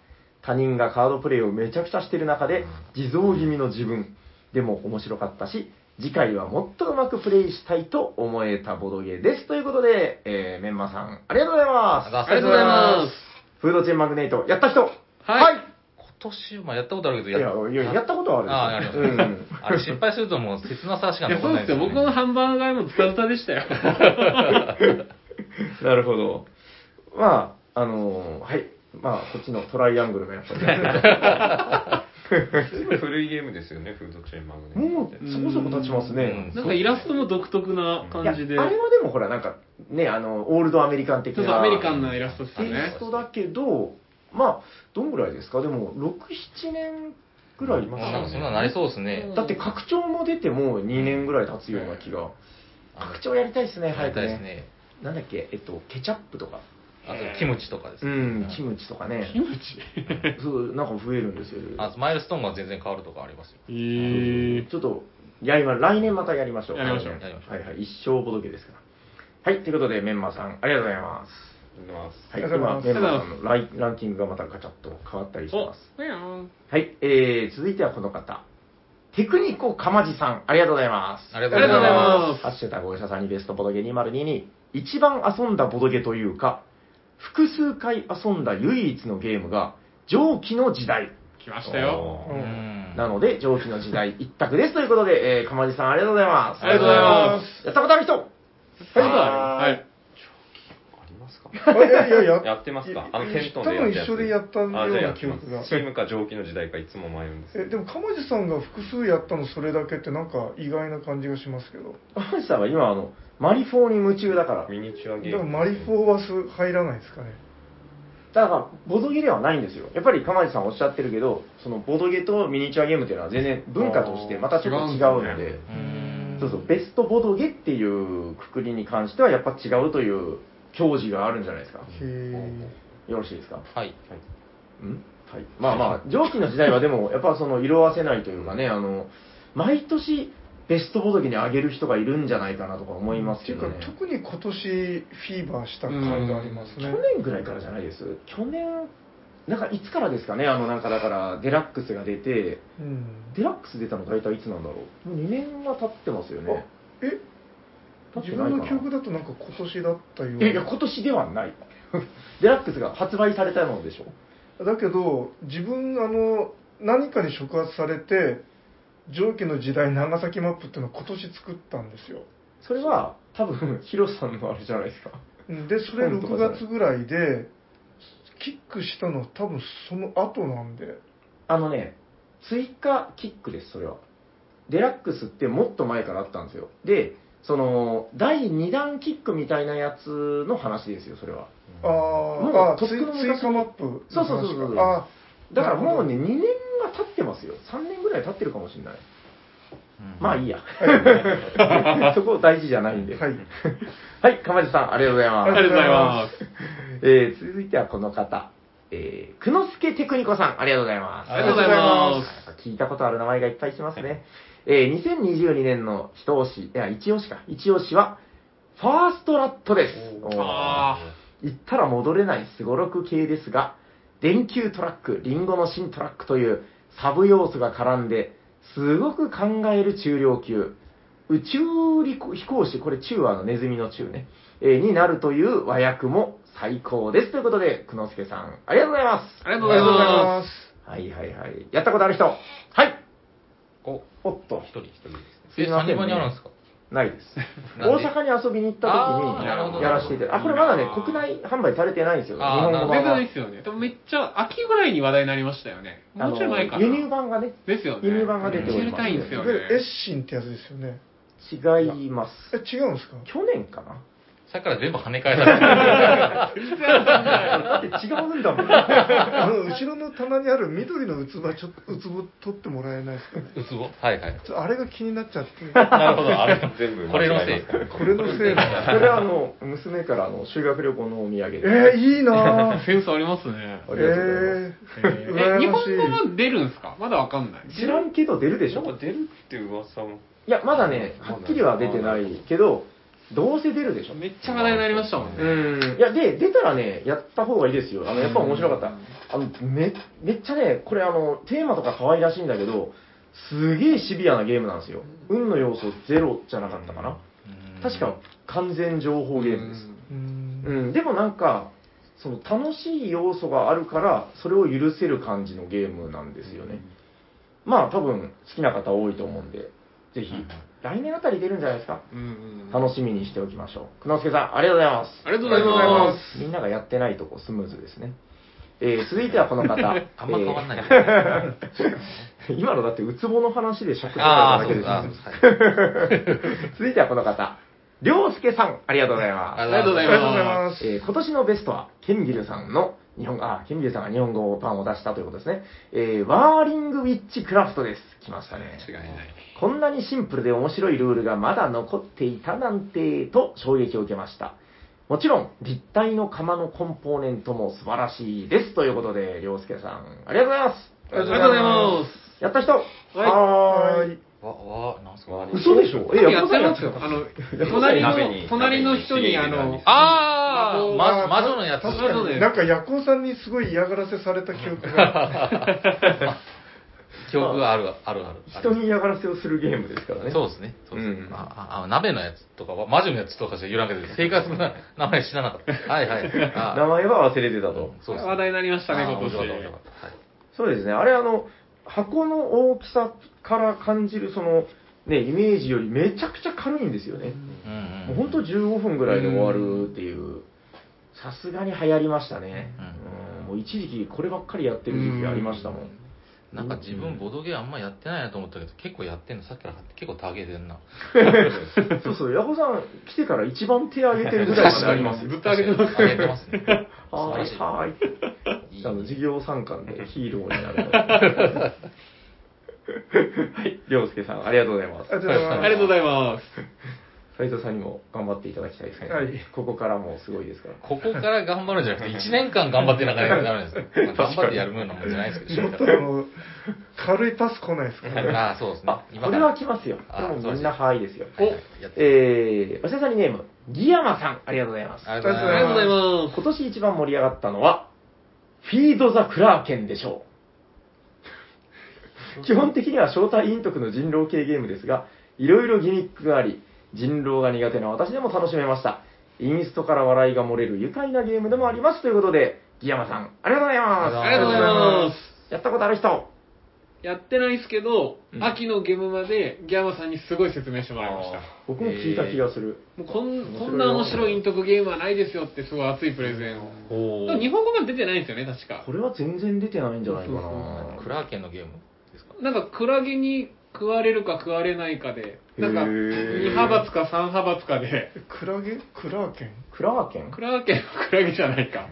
S4: 他人がカードプレイをめちゃくちゃしてる中で、偽造気味の自分。でも面白かったし、次回はもっとうまくプレイしたいと思えたボドゲです。ということで、えー、メンマさん、ありがとうございます。
S5: あ
S2: ありがとうございま
S4: フードチェーンマグネート、やった人
S2: す。はい。
S5: 今年、まあやったことあるけ
S4: い
S5: ど、
S4: や、いややったことはあ
S5: あ
S4: る
S5: ー
S4: でし
S5: あ
S4: ょ
S5: ります
S4: うん
S5: あれ失敗するともう切なさしか
S2: いや、
S5: 残
S2: そ
S5: ら
S2: う
S5: な
S2: で
S5: い
S2: すよ。僕のハンバーガーもズタズタでしたよ。
S4: なるほど。まあ、あのーはい。まあ、こっちのトライアングルがやっぱり。
S1: 古いゲームですよね、フードチェーンマグネ
S4: も
S1: ッ
S4: う
S1: トって、。
S4: そこそこ立ちますね。
S2: なんかイラストも独特な感じ
S4: い
S2: で。
S4: やあれはでもほら、なんか、ね、あの、オールドアメリカン的
S2: ちょっ
S4: な。
S2: とアメリカンなイラストですよ
S4: テイ
S2: ね
S4: ス。トだけど、まあ、どんぐらいですかでも、6、7年ぐらいい
S5: も
S4: ま
S5: う
S4: す
S5: なん
S4: よ
S5: かそ
S4: ね。
S5: んなのなりそうですね。
S4: だって拡張も出てもう2年ぐらい経つような気が。拡張やりたいですね、
S5: や
S4: 早
S5: り
S4: く
S5: たいです
S4: ね。
S5: ね。
S4: なんだっけ、えっと、ケチャップとか。
S5: あと、キムチとかです
S4: う
S5: ね。
S4: ん、キムチとかね
S2: キ。ムチ。
S4: そう、なんか増えるんですよ。
S5: あマイルストーンが全然変わるとかありますよ。
S2: ええ。
S4: ちょっと、やりま、来年またやりましょう。
S2: やりましょう
S5: やりましょう
S4: はいはい、一生ボドゲですから。はい、ということで、メンマさん、ありがとうございます。は
S3: あり
S4: い、
S3: がと
S4: 今、
S3: うご
S4: メ
S3: ざ
S4: ン
S3: い
S4: マ
S2: ます
S4: さんのラインランキングがまたガチャッと変わったりして
S2: お
S4: ます。、
S2: ぽやん。
S4: はい、えー、続いてはこの方。テクニコかまじさん、ありがとうございます。
S5: ありがとうござい
S2: ます
S4: ハッシュタグお医者さんにベストボドゲ2022に、一番遊んだボドゲというか、複数回遊んだ唯一のゲームが、蒸気の時代。
S2: 来ましたよ。
S1: お
S5: う
S1: ー
S3: うん
S5: ん
S4: なので、蒸気の時代一択ですということで、えー、かまじさんありがとうございます。。
S2: ありがとうございます
S4: やったことある人
S2: はい。はい。
S1: ありますか
S3: あいやいやいや
S1: やってますか
S3: い
S1: あのテント
S3: 多
S1: でや
S3: 分
S1: ったやつ
S3: 一緒でやったよう
S1: あじゃあや
S3: な
S1: って
S3: 記
S1: ます
S3: 憶が
S1: チームか蒸気の時代かいつも迷うんです
S3: えでも釜地さんが複数やったのそれだけってなんか意外な感じがしますけど
S4: 浜地さんは今あの、マリフォーに夢中だから。
S1: ミニチュアゲーム
S3: でもマリフォーはす入らないですかね
S4: だから、ボドゲではないんですよ。やっぱり、かまじさんおっしゃってるけど、そのボドゲとミニチュアゲームっていうのは全然文化としてまたちょっと違う
S2: あー違
S4: の
S2: うんで
S4: で、
S2: すね
S5: うん
S4: そうそう、ベストボドゲっていうくくりに関してはやっぱ違うという矜持があるんじゃないですか。
S3: へえ
S4: よろしいですか
S5: はい。
S4: んはい。まあまあ、上記の時代はでも、やっぱその色あせないというかね、あの、毎年ベストボドゲに上げる人がいるんじゃないかなとか思います
S3: って
S4: け
S3: いうか
S4: どね。
S3: 特に今年フィーバーした感がありますね
S4: 去年ぐらいからじゃないです去年なんかいつからですかねあのなんかだからデラックスが出て
S3: うん
S4: デラックス出たの大体いつなんだろう2年は経ってますよね
S3: え
S4: 経って
S3: 自
S4: ない
S3: 分
S4: か
S3: の記憶
S4: な
S3: だとなんか今年だったよう
S4: いやいや今年ではない デラックスが発売されたものでしょ
S3: だけど自分あの何かに触発されて上記の時代長崎マップっていうのを今年作ったんですよ
S4: それは多分ヒロさんのあれじゃないですか
S3: うんでそれ
S4: 本と
S3: 6
S4: かじゃない
S3: 月ぐらいでキックしたのは多分その後なんで
S4: あのね追加キックですそれはデラックスってもっと前からあったんですよでその第2弾キックみたいなやつの話ですよそれは
S3: あー
S4: も
S3: あ
S4: う
S3: 追
S4: とっくの昔
S3: 追加マップ
S4: そうそうそうそう
S3: の話かあ
S4: だからもう
S3: な
S4: ね、
S3: る
S4: 2年は経ってますよ。3年ぐらい経ってるかもしれない。まあいい
S5: や。
S4: や。 そこ大事じゃないんで。
S3: はい。
S4: はい、かまじさん、ありがとうございます。。
S2: ありがとうございます
S4: えー、続いてはこの方。えー、くのすけテクニコさん、ありがとうございます。
S2: ありがとうございま
S4: 聞いたことある名前がいっぱいしますね。えー、2022年の一押し、いや、一押しか。一押しは、ファーストラットです。お
S2: す。
S4: ー
S2: あ
S4: 行ったら戻れないすごろく系ですが、電球トラック、リンゴの新トラックというサブ要素が絡んで、すごく考える中量級。宇宙飛行士、これ中はあのネズミの中ね、えーになるという和訳も最高です。ということで、久之助さん、ありがとうございま
S2: ありがと
S3: ほど
S2: うご
S3: あり
S2: ざい
S3: がとうござい
S2: ま
S3: ます
S4: す。はいはいはい。やったことある人はい
S5: お、
S4: おっと
S5: 一、人一人です。
S4: すい
S5: え、
S4: ま
S5: サ
S4: せんね
S5: ニバにあるんですか
S4: ないです。
S5: なん
S4: 大
S5: で
S4: 阪に遊びに行った
S5: あーなるほ
S4: 時
S5: ど
S4: にやらせていただいて、あ、これまだね、国内販売されてないんですよ。日
S5: あー
S4: 本語
S2: す。
S5: なる
S4: 版
S2: 全
S5: ほど
S2: 然
S4: は
S2: ないっすよね。でもめっちゃ秋ぐらいに話題になりましたよね。もうちょい前か
S4: あ
S2: な。
S4: の輸入版がね、
S2: ですよね。
S4: 輸入版が出てお
S2: や
S4: り
S2: り
S4: ます
S2: たいんです
S3: い
S2: よ
S3: わ
S2: ね
S3: ゆ。るエッシンってやつですよね
S4: 違います。
S3: え違うん ですか
S4: 去年かな
S5: さっきから全部跳ね返されてる。
S4: だって違うんだもん。
S3: あの後ろの棚にある緑の器ちょっと器取ってもらえないですかね
S5: うつぼはいはい。
S3: ちょあれが気になっちゃ って
S5: なるほど、あれ。
S1: 全部
S5: これの
S1: 間
S5: せ
S1: 違
S5: い
S1: えました。
S3: これのせいだ
S4: それはあの、娘からあの修学旅行のお土産で。
S3: えー、いい なぁ
S2: センスありますね。
S4: ありがとうございます。
S3: え
S2: え
S3: ー、羨
S2: 日
S3: ましい
S2: 本語も出るんですかまだわかんない。
S4: 知らんけど出るでし
S1: なん
S4: ょ
S1: か出るって噂も。
S4: いや、まだね、はっきりは出てないけど、どうせ出るでしょ。
S2: めっちゃ話題になりましたもん
S4: う
S2: ね。
S4: ん。いや、で、出たらね、やった方がいいですよ。あの、やっぱ面白かった。あの、め、めっちゃね、これあの、テーマとか可愛らしいんだけど、すげえシビアなゲームなんですよ。運の要素ゼロじゃなかったかな。確か完全情報ゲームです。
S3: う
S4: うんん、でもなんか、その楽しい要素があるから、それを許せる感じのゲームなんですよね。まあ、多分、好きな方多いと思うんで、ぜひ、来年あたり出るんじゃないですか。
S2: うんうんうんあ
S4: 楽しみにしておきましょう。久之助さん、ありがとうございます。
S2: りがとうございます。
S4: みんながやってないとこ、スムーズですね。え ー続いてはこの方。
S5: あんま変わんない
S4: え
S5: ですね。
S4: ー今のだって、うつぼの話で尺取
S5: あ
S4: ら
S5: あ、
S4: れ
S5: そ
S4: た
S5: うです。あ
S4: だ
S5: ーそ
S4: け
S5: う
S4: で
S5: です
S4: す。
S5: はい
S4: 続いてはこの方。りょうすけさん、ありがとうございます
S5: あ。
S2: ありがとうご
S3: あ
S2: ざい
S3: りがとうござい
S2: ま
S3: ます、
S4: えー今年のベストは、ケンギルさんの日本、あ、ケンギルさんが日本語版を出したということですね。えーワーリングウィッチクラフトです。来ましたね
S2: す。。違いない。
S4: こんなにシンプルで面白いルールがまだ残っていたなんて、と衝撃を受けました。もちろん、立体の釜のコンポーネントも素晴らしいです。ということで、りょうすけさん、ありがとうございます。
S2: ありがとうございます。
S4: やった人
S3: は
S4: はー
S3: い
S4: い。
S5: わ、わ、なんすか
S1: わ
S4: 嘘でしょ
S2: え、やっ
S4: ぱ
S2: て
S4: り
S2: ますよ。あの、隣の、隣の人に、あの、
S5: あーま魔女のやつ。
S3: 確
S2: 魔女
S3: か
S2: のや
S3: に
S2: つ
S3: なんかヤコウさんにすごい嫌がらせされた記憶が
S5: 記憶がある、あるある。
S4: 人に嫌がらせをするゲームですからね。
S5: そうですね。そうですね
S4: うん
S5: あああ鍋のやつとかは、魔女のやつとかしか言わなくて、正確な名前知らなか った。はいはい。
S4: 名
S5: あ
S4: 前は忘れてたと。
S5: そうですね。
S2: 話題になりましたね、今
S5: あ面白かった面
S2: 年
S5: 白。かったはい
S4: そうですね、あれ、あの、箱の大きさから感じる、その、ね、イメージよりめちゃくちゃ軽いんですよね。
S5: うんうん
S4: もうほんと15分ぐらいで終わるっていう。さすがに流行りましたね、うんもう一時期こればっかりやってる時期ありましたもん、
S5: なんか自分、ボドゲあんまやってないなと思ったけど、結構やってんの、さっきから結構ターゲーでんな。
S4: そうそう矢後さん来てから一番手挙げてるぐらいまでありますよ
S2: ぶっと上げてます
S5: 確かに上げてますね。
S4: はーいはー
S5: い
S4: いあの授業参観でヒーローにな る はい涼介さんありがとうございます
S3: ありがとうござい
S2: あ
S3: ます
S2: りがとうございます。
S4: 斉藤さんにも頑張っていただきたいですね、
S3: はい
S4: ここからもすごいですから
S5: ここから頑張るんじゃなくて、1年間頑張ってなかなかダメです。 まあ頑張ってやるようなもんじゃないですけど、
S3: ちょ
S5: 正直
S3: っとあの、軽いパス来ないですかね。
S5: ああ、そうですね
S4: あ。
S5: 今
S4: こ
S5: か
S4: れは
S5: ら
S4: 来ますよ
S5: あ
S4: でもみんなはいですよ
S5: おやって
S4: えー、おしゃさんにネームギヤマさんありがとうございます
S5: ありがとうご
S2: あり
S5: ざい
S2: が
S5: ます
S2: とうございま
S4: 今年一番盛り上がったのは、フィード・ザ・クラーケンでしょ う。基本的には正体隠匿の人狼系ゲームですが、いろいろギミックがあり、人狼が苦手な私でも楽しめました。インストから笑いが漏れる愉快なゲームでもありますということで、ギヤマさん、ありがとうございます。
S2: す。ありがとうございます。
S4: やったことある人。
S2: やってないですけど、
S4: うん
S2: 秋のゲームまでギャマさんにすごい説明してもらいました。
S4: 僕も聞いた気がする。
S2: もうこん
S4: 面白いよ
S2: こんな面白いイントクゲームはないですよってすごい熱いプレゼンを。
S5: お
S2: でも日本語版出てないんですよね、確か
S4: こ。れは全然出てないんじゃないかな。
S2: そう
S5: ークラーケンのゲームですか
S2: なんかクラゲに食われるか食われないかで、なんか
S4: へー
S2: 2派閥か3派閥かで、
S3: クラゲクラーケン。
S4: クラーケン
S2: クラゲはクラゲじゃないか。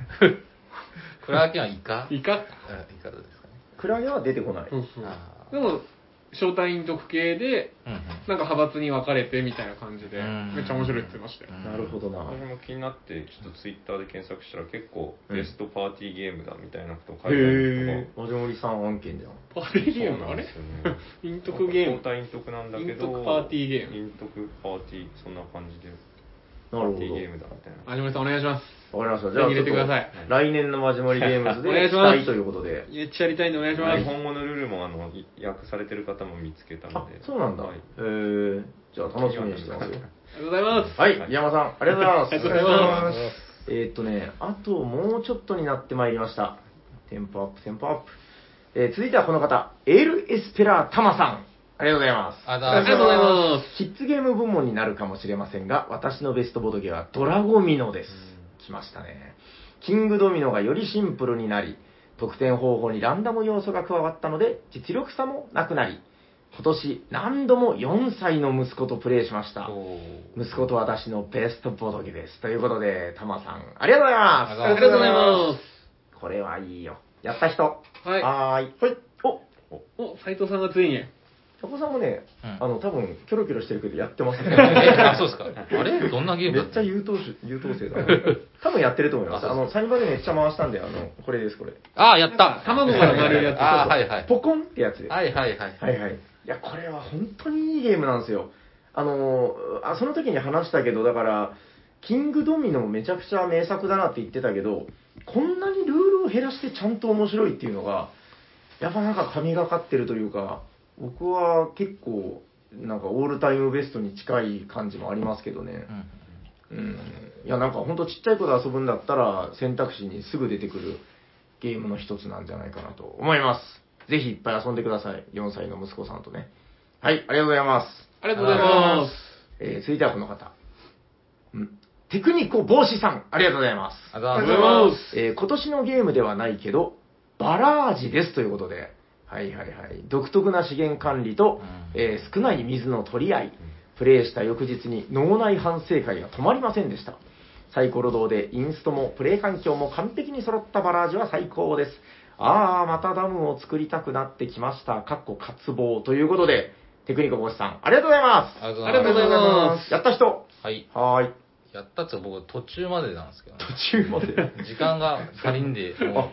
S5: クラーケンはイカ
S2: イカ
S5: あイカですかね。
S4: クラゲは出てこない。
S2: そうそう
S5: あ
S2: でも、招待員特系で、
S5: うんうん
S2: なんか派閥に分かれてみたいな感じで、
S5: うん
S2: めっちゃ面白いって言ってましたよ。
S5: うん
S4: なるほどな。
S1: 私も気になって、ちょっとツイッターで検索したら結構
S4: うん
S1: ベストパーティーゲームだみたいなことを書いてあるんで
S4: へ
S1: すけど
S4: え。マジモリさん案件じゃん。
S2: パーティーゲームあれイントクゲーム
S1: 本。体イントクなんだけど、
S2: イントクパーティーゲーム
S1: イントクパーティー、そんな感じで、パ
S4: なるほ
S1: ー
S4: ど。
S1: ティーゲームだみたいな。
S2: あじめさんお願いします。
S4: わかりました。じ
S2: 手
S4: ゃあ、
S2: に入れてください
S4: ちょっと来年のマジモリゲームズ
S2: お願
S4: で
S2: い
S4: し
S2: します
S4: たいということで。
S2: めっちゃやりたいんでお願いしま
S1: 日
S2: す。
S1: 本語のルールもあのい訳されてる方も見つけた
S4: あ
S1: ので、、
S4: そうなんだ。
S1: はい
S4: えー、じゃあ楽しみにしてますよ。
S2: ありがとうございます。
S4: はい、山さん、ありがとうございます。
S2: ありがとうございます
S4: えーっとね、あともうちょっとになってまいりました。テンポアップ、テンポアップ。えー続いてはこの方、エール・エスペラー・タマさん。ありがとうございます。
S5: あ
S2: ありがとうございます。
S4: キッズゲーム部門になるかもしれませんが、私のベストボードゲームはドラゴミノです。来ましたね。キングドミノがよりシンプルになり、得点方法にランダム要素が加わったので、実力差もなくなり、今年何度も4歳の息子とプレイしました。
S5: おー
S4: 息子と私のベストボードゲームです。ということで、タマさん、ありがとうございます。。
S5: あり
S2: ありがとうございます
S4: これはいいよ。やった人。
S2: す。はい。
S4: はーい。はい。お
S2: お、斎藤さんがついに。
S4: タコさんもね、
S5: うん
S4: あの、多分、キョロキョロしてるけど、やってます ね。
S5: えあ、そうですか。あれどんなゲーム
S4: め
S5: だ
S4: っちゃ優等生、優等生だな。多分やってると思います。
S5: あ
S4: あ
S5: そう
S4: の、サニバでめっちゃ回したんで、あの、これです、これ。
S5: あ、やった
S2: 卵が生まれるやつ
S5: あー、はいはい。
S4: ポコンってやつで。は
S5: はいはいはい。
S4: いはい。いや、これは本当にいいゲームなんですよ。あのーあ、その時に話したけど、だから、キングドミノもめちゃくちゃ名作だなって言ってたけど、こんなにルールを減らしてちゃんと面白いっていうのが、やっぱなんか神がかってるというか、僕は結構、なんかオールタイムベストに近い感じもありますけどね。
S5: うん
S4: うんいやなんか本当ちっちゃい子で遊ぶんだったら選択肢にすぐ出てくるゲームの一つなんじゃないかなと思います。ぜひいっぱい遊んでください。4歳の息子さんとね。はい、ありがとうございます。
S2: ありがとうございま
S4: えー、続いてはこの方。うんテクニコ帽子さん、ありがとうございます。
S5: ありが
S2: す。あ
S5: とう
S2: り
S5: ござ
S2: が
S5: いま。
S2: とうございますす。
S4: えー今年のゲームではないけど、バラージですということで、はいはいはい、独特な資源管理と、
S5: うん
S4: えー少ない水の取り合い、プレイした翌日に脳内反省会が止まりませんでした。サイコロ堂でインストもプレイ環境も完璧に揃ったバラージは最高です。あー、またダムを作りたくなってきました。かっこ渇望ということで、テクニコ星さん、ありがとうございます。
S5: あり
S2: ありがとうございま
S4: やった人
S5: はい。
S4: はーい。
S5: やったっつうか僕途中までなんですけどね、
S4: 途中まで。
S5: 時間が足りんで、も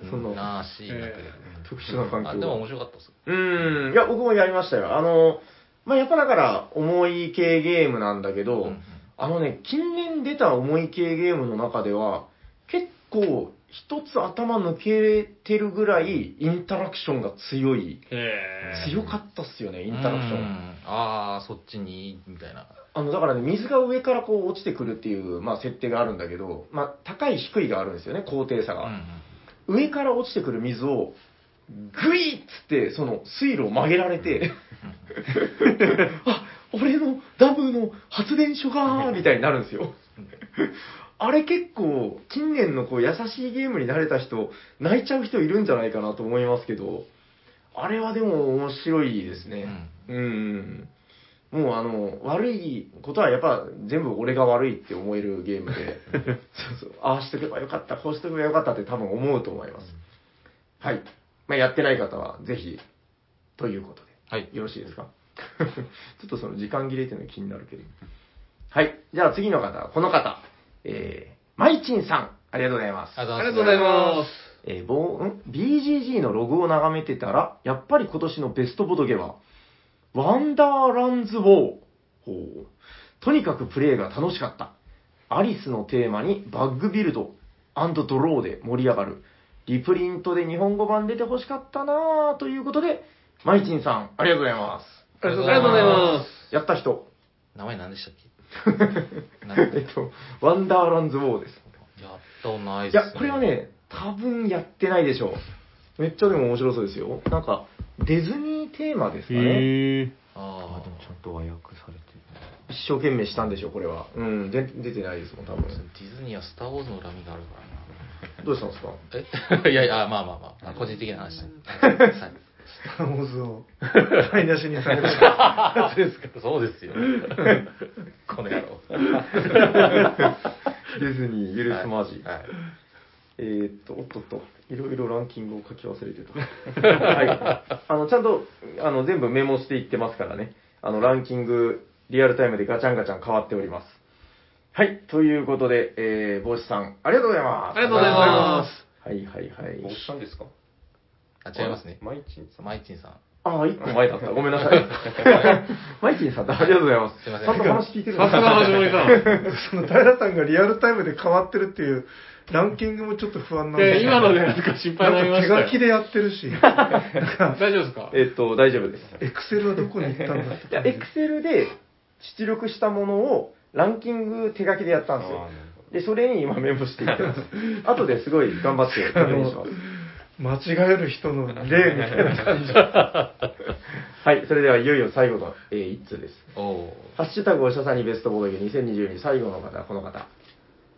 S5: う、
S4: そんな
S5: なあし、なったけど
S4: 特殊な環境。
S5: あ、でも面白かったっす。
S4: うーん、いや、僕もやりましたよ。あの、まあ、やっぱだから、重い系ゲームなんだけど、
S5: うんうん
S4: あのね、近年出た重い系ゲームの中では、結構、一つ頭抜けてるぐらい、インタラクションが強い。
S2: え
S4: 強かったっすよね、インタラクショ
S5: う
S4: ン。
S5: んああ、そっちに、みたいな。
S4: あの、だからね、水が上からこう落ちてくるっていう、まあ、設定があるんだけど、まあ、高い低いがあるんですよね、高低差
S5: うん
S4: が。
S5: うん
S4: 上から落ちてくる水を、グイッつって、その水路を曲げられて、あ、俺のダムの発電所がーみたいになるんですよ。あれ結構、近年のこう優しいゲームに慣れた人、泣いちゃう人いるんじゃないかなと思いますけど、あれはでも面白いですね。うん。もうあの、悪いことはやっぱ全部俺が悪いって思えるゲーム で、そうそう、ああしとけばよかった、こうしとけばよかったって多分思うと思います。はい。まあ、やってない方はぜひ、ということで。
S5: はい。
S4: よろしいですか ちょっとその時間切れっていうのが気になるけど。はい。じゃあ次の方、この方。えー、マイチンさん。ありがとうございます。
S5: あり
S2: あり
S5: が
S2: が
S5: とう
S2: とう
S5: ござ
S2: ござ
S5: い
S2: い
S5: ま。
S2: ます。
S4: えー、ぼん BGG のログを眺めてたら、やっぱり今年のベストボドゲは、ワンダーランズ・ウォー。ほうとにかくプレイが楽しかった。アリスのテーマにバッグビルドドローで盛り上がる。リプリントで日本語版出て欲しかったなぁということで、マイチンさん、ありがとうございます
S5: あり
S2: ありがとうござい
S5: す。
S2: ます。
S4: す。やった人。
S5: 名前何でしたっけなんか
S4: えっと、ワンダーランズ・ウォーです。
S5: やったないっ
S4: い
S5: すね。
S4: や、これは、ね、多分やってないでしょう。めっちゃでも面白そうですよ。なんか、ディズニーテーマですかね。
S2: へえ。
S5: ああ、
S1: ゃんと和訳されて
S4: 一生懸命したんでしょう、これは。うん、で出てないですもん、多分。
S5: ディズニーはスター・ウォーズの恨みがあるか
S4: どうしたんですから
S5: な。え いやいや、まあまあまあ、個人的な話なんで。はい
S3: ター・ウォーズを 台無しにされた。
S5: そうですよ。この野郎。
S4: ディズニー、ゆるすまじ。
S5: はい。
S4: えーっと、おっとっと、いろいろランキングを書き忘れて た。はい。あの、ちゃんと、あの、全部メモしていってますからね。あの、ランキング、リアルタイムでガチャンガチャン変わっております。はい。ということで、えー、帽子さん、ありがとうございます。。
S2: ありがとうございます
S4: はいはいはい。
S1: おっさんですか
S5: あ、違いますね。
S1: マイチンさん。
S5: マイチンさん。
S4: ああ、一個前だった。ごめんなさい。 マイキーさんだ。ありがとうございます。
S5: すいません
S4: ちゃんと話聞いてるん
S2: さすがはじもりさん。
S3: その平さんがリアルタイムで変わってるっていうランキングもちょっと不安なんで
S2: で、今のでなんか心配になりました
S3: なんか
S2: よ
S3: 手書き。でやってるし、なんか
S2: 大丈夫ですか
S4: えっと、大丈夫です。
S3: エクセルはどこに行ったんだって
S4: い
S3: 感
S4: や、
S3: じ
S4: エクセルで出力したものをランキング手書きでやったんですよ
S1: あーなる。
S4: で、それに今メモしていってます。後ですごい頑張って確認します。
S3: 間違える人の例みたいな感じ。
S4: はい、それではいよいよ最後の、えー、1通です。
S5: おお
S4: ハッシュタグお医者さんにベストボードゲー2022最後の方、この方。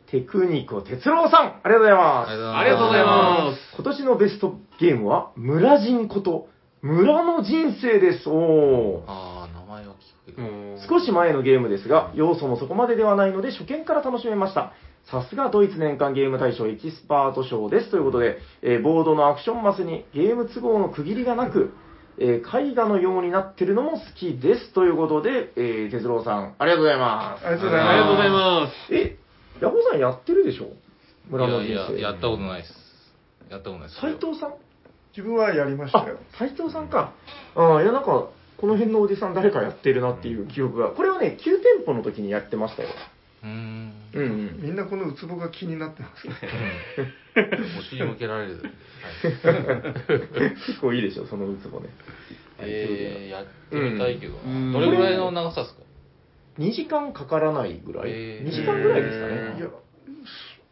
S4: テクニコ哲郎さんありがとうございます。
S2: ありがとうございます。
S4: 今年のベストゲームは、村人こと、村の人生です。おー
S5: ああ、名前は聞くけど。
S4: 少し前のゲームですが、要素もそこまでではないので、初見から楽しめました。さすがドイツ年間ゲーム大賞エキスパート賞です。ということで、えーボードのアクションマスにゲーム都合の区切りがなく、えー絵画のようになってるのも好きです。ということで、えー、哲郎さん、ありがとうございます。
S3: ありがとうござい
S2: ありがとうご
S3: ま
S2: ざいます。
S4: え、ヤホーさんやってるでしょ村の人
S5: い
S4: 生。
S5: やいや、やったことないです。やったことないです。
S4: 斉藤さん
S3: す。自分はやりました
S4: あ
S3: よ。、
S4: 斉藤さんか。ああ、いや、なんか、この辺のおじさん誰かやってるなっていう記憶が。これはね、旧店舗の時にやってましたよ。
S5: うーん。
S4: うんうん。
S3: みんなこのウツボが気になってますね。
S5: お尻向けられる。はい
S4: 結構いいでしょ、そのウツボね。
S5: えー、やってみたいけど
S2: う
S5: な。
S2: んうん
S5: どれぐらいの長さですか
S4: 2時間かからないぐらい。
S5: へえ
S4: 2時間ぐらいですか
S3: い
S4: ね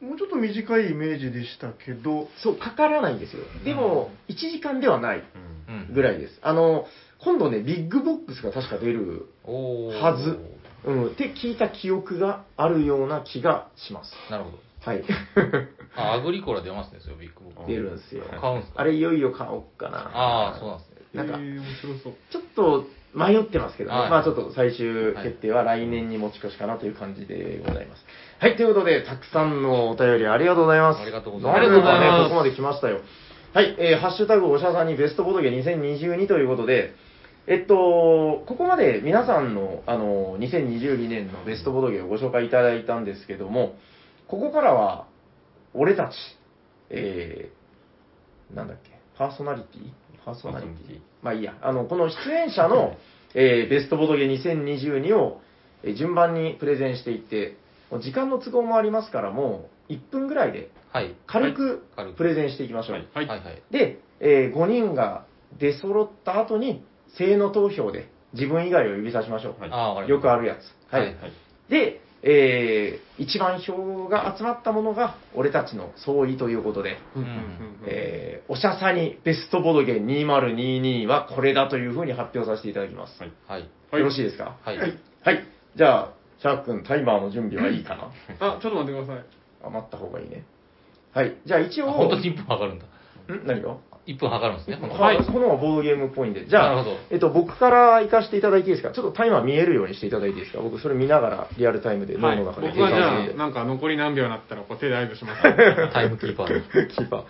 S3: や。、もうちょっと短いイメージでしたけど、
S4: そう、かからないんですよ。でも、1時間ではない
S1: うん
S5: うん
S4: ぐらいです。あの、今度ね、ビッグボックスが確か出る、
S5: おー
S4: はずうん、って聞いた記憶があるような気がします。
S5: なるほど。
S4: はい。
S5: あ、アグリコラ出ますね、それビッグボック
S4: 出るんですよ。
S5: ス。買うんすか
S4: あれ、いよいよ買おうかな。
S5: ああ、そうなんですね。
S4: なんか
S2: えー、面白そう。
S4: ちょっと迷ってますけどね、
S5: はい
S4: まあちょっと最終決定は来年に持ち越しかなという感じでございます。はい、ということで、たくさんのお便りありがとうございます。
S5: ありがとうございます
S4: なんとかね
S2: ありがとうございます
S4: ここまで来ましたよ。はい、えー、ハッシュタグおしゃさんにベストボードゲー2022ということで、えっと、ここまで皆さんの、あの、2022年のベストボードゲーをご紹介いただいたんですけども、ここからは、俺たち、えー、なんだっけ、パーソナリティパーソナリ
S1: パーソナ
S4: テ
S1: リ
S4: ィ
S1: テ
S4: まあいいや、あの、この出演者の、えーベストボードゲー2022を、えー順番にプレゼンしていって、もう時間の都合もありますから、もう1分ぐらいで
S5: はい。
S4: 軽く
S5: 軽く
S4: プレゼンしていきましょう。
S2: はい。
S5: はいはい。
S4: で、え5人が出揃った後に、性の投票で自分以外を指さしましょう。
S1: はい
S5: ああ、わかり
S4: よ
S5: まし
S4: くあるやつ。
S5: た
S4: はい。
S5: はい。
S4: で、えー一番票が集まったものが、俺たちの総意ということで、
S5: うん
S4: えーおしゃさにベストボドゲ2022はこれだというふうに発表させていただきます。
S1: はい
S5: はい。
S2: はい
S4: よろしいですか
S5: はい。
S4: はい。じゃあ、シャーク君、タイマーの準備はいいかな
S2: あ、ちょっと待ってください。
S4: 余った方がいいね。はい。じゃあ一応、
S5: あ本当に1分測るんだ。
S4: ん何が
S5: 1分測るんですね、この
S4: はい、このはボードゲームっぽいんで。じ
S5: な
S4: ゃ
S5: る
S4: あ
S5: ほど、
S4: えっと、僕から行かせていただいていいですかちょっとタイマー見えるようにしていただいていいですか僕、それ見ながら、リアルタイムで、脳
S2: はい、
S4: の
S2: 僕
S4: 中で計
S2: はじ
S4: 算
S2: ゃ
S4: す
S2: あ、
S4: るんで。
S2: なんか残り何秒になったらこう手で合図し ます。
S5: タイムキーパーの。
S4: キーパー。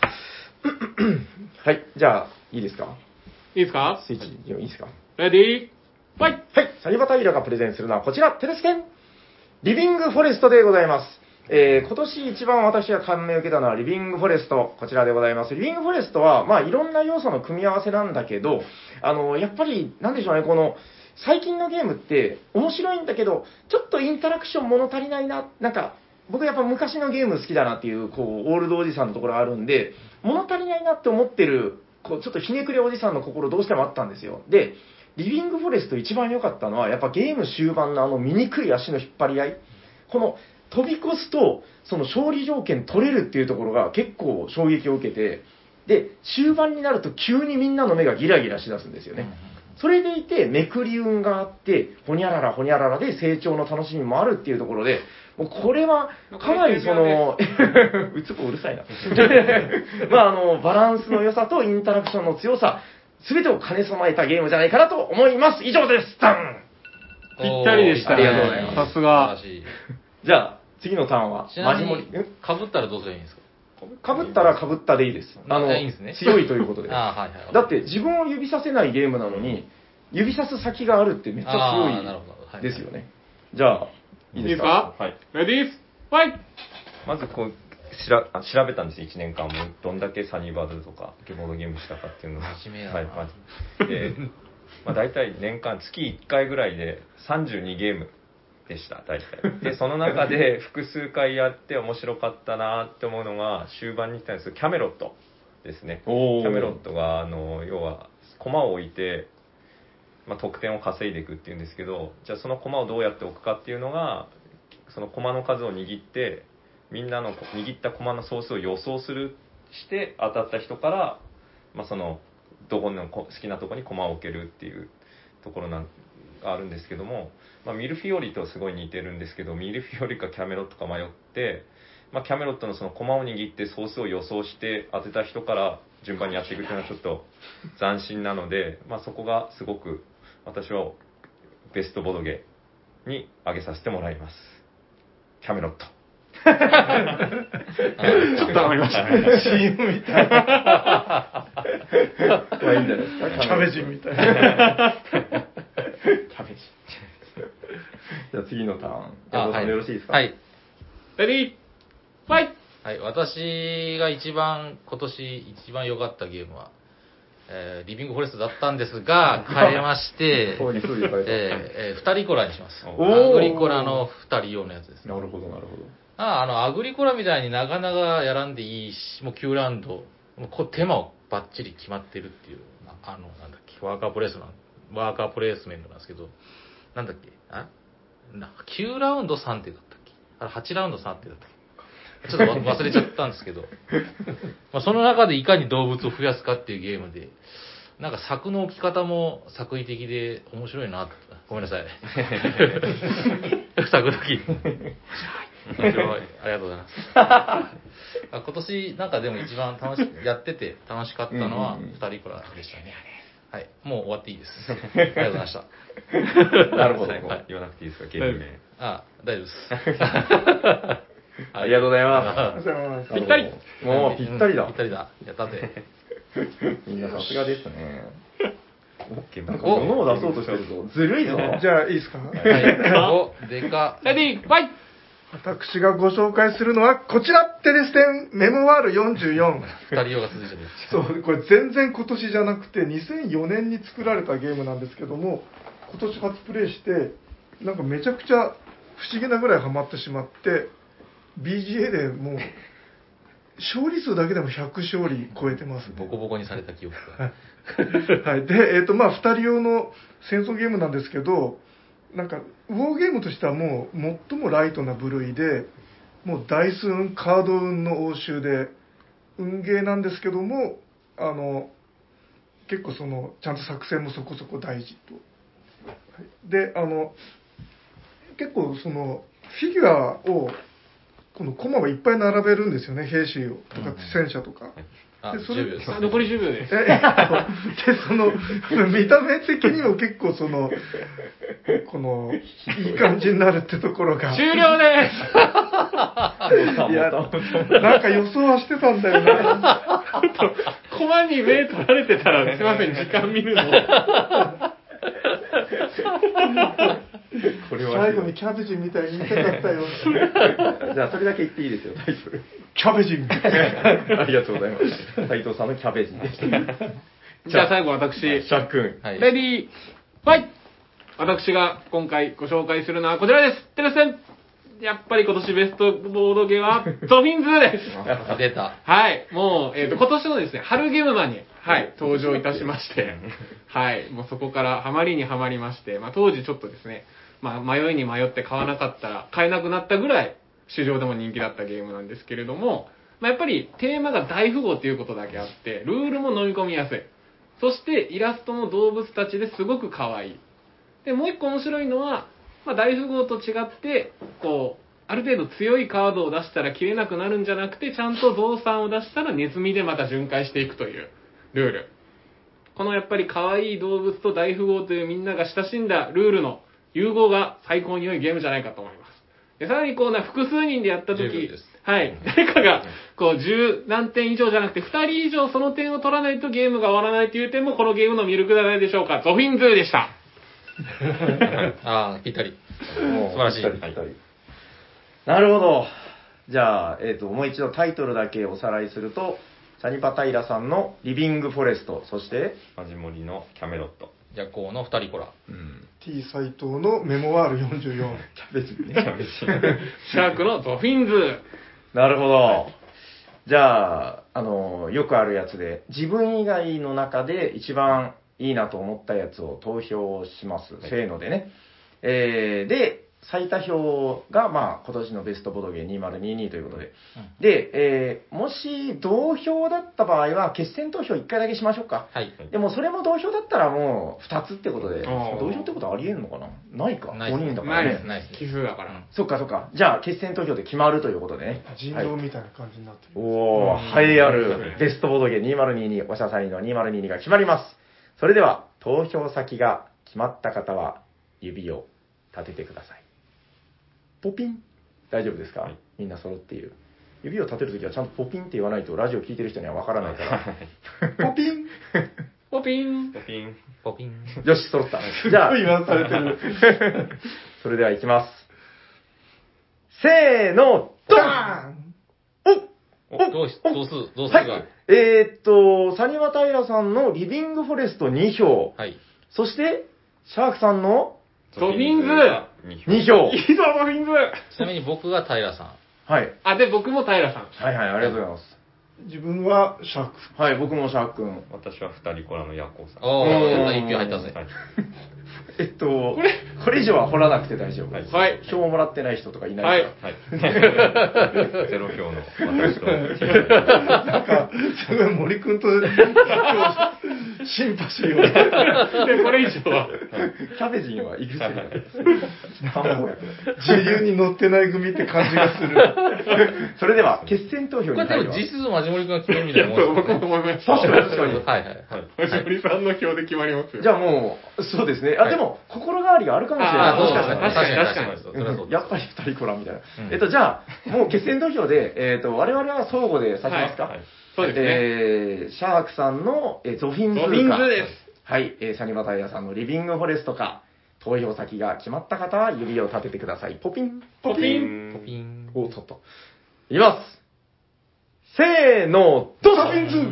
S4: はい、じゃあ、いいですか
S2: いいですか
S4: スイッチ、いいですか
S2: レディー、ファイト
S4: はい、サニバタイラがプレゼンするのはこちら、テレスケンリビングフォレストでございます。えー今年一番私が感銘を受けたのはリビングフォレスト、こちらでございます。リビングフォレストは、まあ、いろんな要素の組み合わせなんだけど、あの、やっぱり、なんでしょうね、この、最近のゲームって面白いんだけど、ちょっとインタラクション物足りないな、なんか、僕やっぱ昔のゲーム好きだなっていう、こう、オールドおじさんのところあるんで、物足りないなって思ってる、こう、ちょっとひねくれおじさんの心どうしてもあったんですよ。で、リビングフォレスト一番良かったのは、やっぱゲーム終盤のあの醜い足の引っ張り合い。この飛び越すと、その勝利条件取れるっていうところが結構衝撃を受けて、で、終盤になると急にみんなの目がギラギラしだすんですよね。それでいて、めくり運があって、ほにゃららほにゃららで成長の楽しみもあるっていうところで、もうこれはかなりその、 うつこうるさいな。 まああの、バランスの良さとインタラクションの強さ、すべてを兼ね備えたゲームじゃないかなと思います。以上です。ダン
S2: ぴったりでした
S4: ねありがとうござい
S2: ますさすが
S5: 素晴らしい
S4: じゃあ、次のターンは、
S5: ちなみ
S4: マジ
S5: に
S4: モリん、
S5: かぶったらどうすればいいんですか
S4: かぶったらかぶったでいいです。あの、
S5: いいんですね
S4: 強いということ で。
S5: ああ、はいはい。
S4: だって自分を指させないゲームなのに、指さす先があるってめっち
S5: あーなる
S4: ゃ
S5: ほどは
S4: 強い
S5: い
S4: ですよね。じゃあ、いいですか
S1: はい。
S2: レディー、ファイト
S1: まずこう、しらあ調べたんですよ、1年間も。どんだけサニーバーズとか、ゲボードゲームしたかっていうのを。
S5: 真面目やな
S1: はい、まず。で、まあ大体年間、月1回ぐらいで32ゲームでした、大体。で、その中で複数回やって面白かったなって思うのが、終盤に来たんですけどキャメロットですね。キ
S4: おー
S1: ャメロットが、あの、要は、駒を置いて、まあ、得点を稼いでいくっていうんですけどじゃあその駒をどうやって置くかっていうのがその駒の数を握ってみんなの握った駒の総数を予想するして当たった人から、まあ、そのどこのこ好きなとこに駒を置けるっていうところなんがあるんですけども、まあ、ミルフィオリとすごい似てるんですけどミルフィオリかキャメロットか迷って、まあ、キャメロットのその駒を握って総数を予想して当てた人から順番にやっていくっていうのはちょっと斬新なので、まあ、そこがすごく私はベストボドゲに挙げさせてもらいますキャメロット
S2: ちょっと余りましたね。
S4: まあいいんじゃないですか。
S3: キャベジンみたいな。
S4: キャベジ。じゃあ次のターン。
S5: あ
S4: 山田
S5: は
S4: さんよろしいですか
S5: は。い。
S2: レディー、ファイ
S5: はい、私が一番、今年一番良かったゲームは、えーリビングフォレストだったんです が、変えまして、
S4: そうですそうで
S5: え
S4: す
S5: ーえー二人コラにします。
S1: お
S4: ー
S5: アグリコラの二人用のやつですね。
S4: なるほど、なるほど。
S5: ああの、アグリコラみたいになかなかやらんでいいし、もう9ラウンド、もうこう手間をバッチリ決まってるっていう、ああの、なんだっけ、ワーカープレイスなん、ワーカープレイスメントなんですけど、なんだっけ、あな9ラウンド3手だったっけあれ8ラウンド3手だったっけちょっとわ忘れちゃったんですけど、まあその中でいかに動物を増やすかっていうゲームで、なんか柵の置き方も作為的で面白いなって、ごめんな さい。 柵の置き。面白い。ありがとうござい ます。あ今年なんかでも一番楽し、やってて楽しかったのは
S4: うんうんうん
S5: 2人コラでしたね。はい。もう終わっていい です。ありがとうございました。
S4: なるほど。
S1: 最後
S4: はい
S1: 言わなくていいですかゲーム名
S5: あ大丈夫です。
S4: ありがとうございま
S3: じゃあ
S4: す。
S2: ぴったり
S4: もうぴった
S5: う
S4: り
S5: ん
S4: だ
S5: ぴっ。たりだ。やった ぜ。
S4: みんなさすがですね。
S1: ゲーム
S4: なん
S1: 名
S4: か物を出そうとしてるぞ。 ずるいぞ。
S3: じゃあいいですか
S5: はい。お、でか。
S2: トレディー、ファイ
S3: 私がご紹介するのはこちらテレステンメモワール44。
S5: 二人用が続いてる。
S3: そう、これ全然今年じゃなくて2004年に作られたゲームなんですけども、今年初プレイして、なんかめちゃくちゃ不思議なぐらいハマってしまって、BGA でもう、勝利数だけでも100勝利超えてますね。
S5: ボコボコにされた記憶が。
S3: はい、で、えっ、と、まあ、2人用の戦争ゲームなんですけど、なんか、ウォーゲームとしてはもう、最もライトな部類で、もう、ダイス運、カード運の応酬で、運ゲーなんですけども、あの、結構その、ちゃんと作戦もそこそこ大事と。はいで、あの、結構その、フィギュアをこの駒をいっぱい並べるんですよね、兵士を、とか戦車とか。
S5: あ、
S3: でそれ
S5: 10秒です。
S2: あ残り10秒です。
S3: ええっとで、その、見た目的にも結構その、この、いい感じになるってところが、
S2: 終了で
S3: いや、なんか予想はしてたんだよね。
S2: すコマに目取られてたら、すいません、時間見るの。
S4: これは
S3: 最後にキャベジンみたいに言いたかったよ。
S4: じゃあそれだけ言っていいですよ、タイトル。
S3: キャベジン。
S4: ありがとうございます。斉藤さんのキャベジでした。
S2: じゃあ最後私、レ
S4: シャックン。
S5: はい。
S2: ディー、ファイ私が今回ご紹介するのはこちらです。テレステンやっぱり今年ベストボードゲームは、ゾフィンズーです。
S5: あ出た。
S2: はい、もう、えっ、と、今年のですね、春ゲームマンに、はい、登場いたしまして、はい、もうそこからハマりにはまりまして、まあ当時ちょっとですね、まあ迷いに迷って買わなかったら、買えなくなったぐらい、市場でも人気だったゲームなんですけれども、まあやっぱりテーマが大富豪っていうことだけあって、ルールも飲み込みやすい。そしてイラストも動物たちですごく可愛い。で、もう一個面白いのは、まあ、大富豪と違って、こう、ある程度強いカードを出したら切れなくなるんじゃなくて、ちゃんと増産を出したらネズミでまた巡回していくというルール。このやっぱり可愛い動物と大富豪というみんなが親しんだルールの融合が最高に良いゲームじゃないかと思います。でさらにこうな、複数人でやった
S5: 十分
S2: 時
S5: です
S2: はい、誰かが、こう、十何点以上じゃなくて、二人以上その点を取らないとゲームが終わらないという点も、このゲームの魅力じゃないでしょうか。ゾフィンズーでした。
S5: あーぴったり。
S4: もう
S5: 素晴らしい
S4: ぴったりぴったりなるほど。じゃあ、えっ、と、もう一度タイトルだけおさらいすると、サニパタイラさんのリビングフォレスト、そして、
S1: マジモリのキャメロット。
S5: 夜行の二人コラ。
S3: T 斎藤のメモワール44。
S4: キャベジね、キャベジ。
S2: シャークのゾフィンズー。
S4: なるほど。じゃあ、あの、よくあるやつで、自分以外の中で一番いいなと思ったやつを投票します。せーのでね。えーで、最多票が、まあ、今年のベストボドゲー2022ということで。で、えーもし同票だった場合は、決選投票1回だけしましょうか。
S5: はい。
S4: でも、それも同票だったらもう2つってことで、
S2: あー
S4: 同票ってことはありえんのかなないか。
S5: ないです
S4: 5人だか
S2: ナ
S4: ら
S2: イス、
S4: ね。
S2: ナイス。寄付だから。
S4: そっかそっか。じゃあ、決選投票で決まるということでね。
S3: 人
S4: はい
S3: 狼みたいな感じになってる。
S4: おお、栄えあるベストボードゲー2022、おしゃさりの2022が決まります。それでは、投票先が決まった方は、指を立ててください。ポピン。大丈夫ですか、みんな揃っている。指を立てるときはちゃんとポピンって言わないと、ラジオ聞いてる人にはわからないから。ポピン
S2: ポピン。
S1: ポピン。
S5: ポピン。
S4: よし、揃った。じゃあ
S3: すごい、言わされてる。
S4: それでは行きます。せーの、ド
S3: ダーン
S4: ンお
S5: おどうし、どうす、どうす
S4: はい
S5: が。。
S4: えーっと、サニワタイラさんのリビングフォレスト2票、
S5: はい。
S4: そして、シャークさんの
S2: ゾフィンズ
S1: が二票
S4: 2票。
S2: いいぞ、ゾフィンズー。
S5: ちなみに僕が平さん。
S4: はい。
S2: あ、で、僕も平さん。
S4: はいはい、ありがとうございます。
S3: 自分はシャーク。
S4: はい、僕もシャーク君。
S1: 私は二人コラのヤコウさん。
S5: おー、
S4: うん
S5: やった、一票入ったぜ。
S1: はい
S4: えっと、これ以上は掘らなくて大丈夫。
S2: はい
S4: 票をもらってない人とかいないから。
S2: はい
S1: はい。ゼロ票の私と。
S3: なんか、すごい森くんと、今日、シンパシーを。
S2: で、これ以上は。
S4: キャベジンはいくつだから。漢方薬
S3: 自由に乗ってない組って感じがする。
S4: それでは、決選投票
S5: こ
S4: に
S5: れで
S4: 入り
S5: も
S4: ます。
S5: 実質マジモリ君が決めるみ
S2: い
S5: たい
S2: や、
S5: な
S2: そう、
S5: もん
S2: 僕
S5: です
S2: も
S5: よね。
S2: 思いました。
S4: 確かに確かに。
S5: はいはいはい。
S2: 藤森さんの票で決まりますよ。
S4: じゃあもう、そうですね。あ、
S5: はい
S4: でも、心変わりがあるかもしれない。
S2: あー
S4: も
S5: そ
S4: し
S5: うで
S4: か
S5: す
S4: し
S5: ね
S4: た。ら
S5: 確かに確
S2: 確
S5: か
S2: かに
S5: に。それはそうです
S4: やっぱり二人コラみたいな。
S1: うん
S4: えっと、じゃあ、もう決選投票で、えっと、我々は相互で先ますか。
S1: はいはい
S2: そうですね
S4: えーシャークさんの、えーゾフィンズ
S2: ゾフィンズ
S4: か
S2: ーです。
S4: はい、えー、サニバタイヤさんのリビングフォレストか、投票先が決まった方は指を立ててください。ポピン。
S1: ポ
S2: ポピン。
S5: ポピン。
S4: お、立った。いきます。せーの、ドン
S3: ゾフィンズ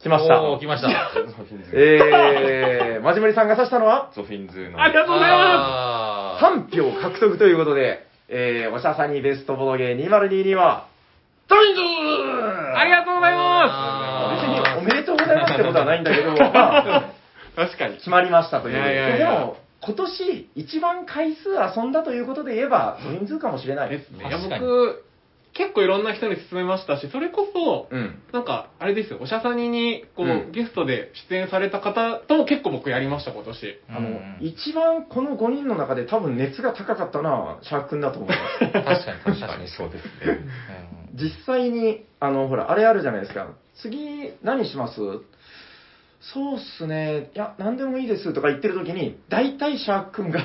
S4: 来ました。
S5: おー、来ました。あ
S1: ゾフィンズ。
S4: えー、まじもりさんが指したのは、
S1: ゾフィンズの。
S2: ありがとうございま
S5: ー
S4: 3票獲得ということで、えー、おしゃさにベストボドゲー2022は、ドミンズ
S2: す。
S4: あ
S2: ありがとうござい
S4: 別
S5: あ
S2: ま
S4: におめでとうございますってことはないんだけ ど、まあ
S2: す。確かに。
S4: 決まりましたという。
S2: いやいやいや
S4: でも、今年一番回数遊んだということで言えば、ドミンズかもしれない。
S2: ですね。いや、
S5: 確かに
S2: 僕、結構いろんな人に勧めましたし、それこそ、
S4: うん。
S2: なんか、あれですよ、おしゃさにに、こう、
S4: うん
S2: ゲストで出演された方とも結構僕やりました、今年。
S4: あの、
S5: うん
S4: 一番この5人の中で多分熱が高かったのはシャーク君だと思います。
S5: 確かに確
S1: 確
S5: か
S1: か
S5: に
S1: に。そうですね。
S5: うん
S4: 実際に、あの、ほら、あれあるじゃないですか。次、何しますそうっすね。いや、何でもいいですとか言ってる時に、大体シャーク君が、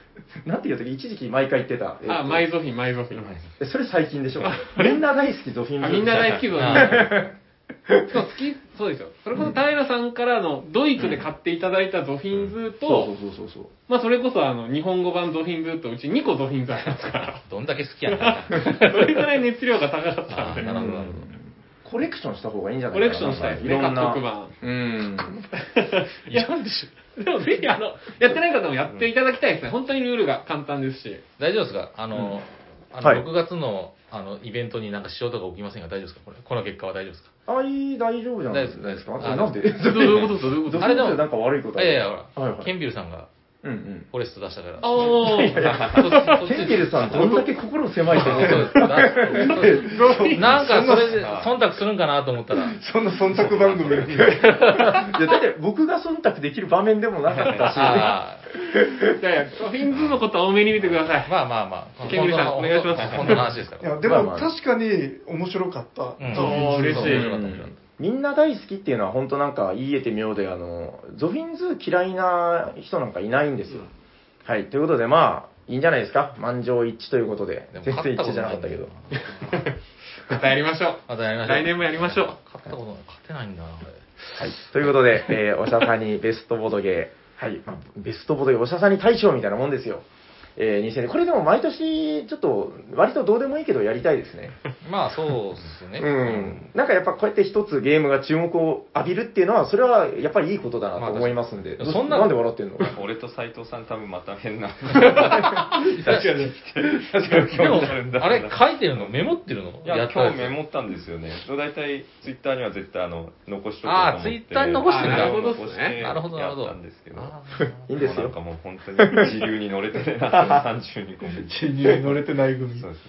S4: なんていう時、一時期毎回言ってた。えっと
S2: あ、マイゾフィン、マイゾフィン。
S4: えそれ最近でしょ。 みんな大好きゾフィンブ
S2: あ
S4: ー
S2: みんな大好きそう
S5: あ
S2: そう、好き、そうですよ。それこそ平さんからのドイツで買っていただいたゾフィンズーと、
S4: そうそうそうそうそう。
S2: まあそれこそあの、日本語版ゾフィンズーとうち2個ゾフィンズありますから、
S5: どんだけ好きやな。
S2: それぐらい熱量が高かったん
S5: あ
S2: で
S5: な。るほどなるほど。
S4: コレクションした方がいいんじゃな
S2: コ
S4: いか
S2: レ
S4: な
S2: クションしたいですね、
S4: ろん
S2: 各
S4: な
S2: 特。番。
S4: うん。
S2: いや、でしょ。でもぜひ、あの、やってない方もやっていただきたいですね。本当にルールが簡単ですし。
S5: 大丈夫ですかあの、あ
S4: はい
S5: の6月のあのイベントになんか支障とか起きませんが大丈夫ですかこれこの結果は大丈夫ですか
S4: あい、大丈夫じゃないです
S5: 大丈夫です
S4: か。
S5: 大丈夫
S4: あなんで
S2: どういうことどういうこ
S5: です
S4: ゾ
S2: と
S4: フ
S5: あれ
S4: ィン
S5: で
S4: ブ
S5: も
S4: ーなんか悪いこと
S5: いやいや、ほ
S4: はい
S5: ら、
S4: はい
S5: ケンビルさんが
S4: うんうん。
S5: フォレスト出したから。
S2: おー。
S5: そそっち
S4: ケンビルさん、どんだけ心狭いと
S5: そう
S4: 思う
S5: ですそうですなんかそれで忖度するんかなと思ったら。
S3: そんな忖度番組
S4: いや、だって僕が忖度できる場面でもなかったし、
S5: あ
S2: いやいや、ゾフィンズのことは多めに見てくださ
S5: ー
S2: い。
S5: まあまあまあ。
S2: ケンビルさんお願いします
S5: 本当の話ですか
S3: い
S5: ら。
S3: やで
S4: ま
S3: も
S4: あまあ
S3: 確かに面白かった、
S5: うん
S3: ゾフィンズ
S2: あー嬉しい
S5: 面白かった面白かっ
S4: みんな大好きっていうのは本当なんか言えて妙で、あの、ゾフィンズ嫌いな人なんかいないんですよ。はい、ということでまあ、いいんじゃないですか。満場一致ということで。
S5: たで
S4: 全
S5: も
S4: 然
S5: 勝っ
S4: 一
S5: たこと
S4: 致じゃな
S5: な
S4: か
S5: い
S4: っ
S5: ん
S4: た
S5: だよ
S4: けど。
S2: またやりましょう。
S5: またやりましょう。
S2: 来年もやりましょう。
S5: 勝ったことない、勝ってないんだな、あれ。
S4: はい、ということで、えーおしゃさんにベストボドゲー、はい、まあ、ベストボドゲー、おしゃさんに大賞みたいなもんですよ。えー、2000これでも毎年、ちょっと、割とどうでもいいけどやりたいですね。
S5: まあそうですね。
S4: うん。なんかやっぱこうやって一つゲームが注目を浴びるっていうのは、それはやっぱりいいことだなと思いますんで。
S5: まあ確かに
S4: どう
S5: そんな
S4: なんで笑ってんの
S1: 俺と斎藤さん多分また変な。
S2: 確かに。
S1: 確かに
S5: でも、
S1: 興味あるんだ
S5: あれ書いてるのメモってるの
S1: いや、
S5: やった
S1: 今
S5: やつ
S1: 日メモったんですよね。そう大体、ツイッターには絶対、あの、残しとこうと思
S5: あー
S1: って。
S5: ツイッターに残
S2: してんだ
S1: あー残して
S5: なるほど、なるほど。
S1: やったんですけど。
S5: あ
S4: いいんです
S1: もう
S4: よ
S1: なんかもう本当に、自流に乗れて ねえな、32個目。
S3: 地に乗れてない組
S1: そうです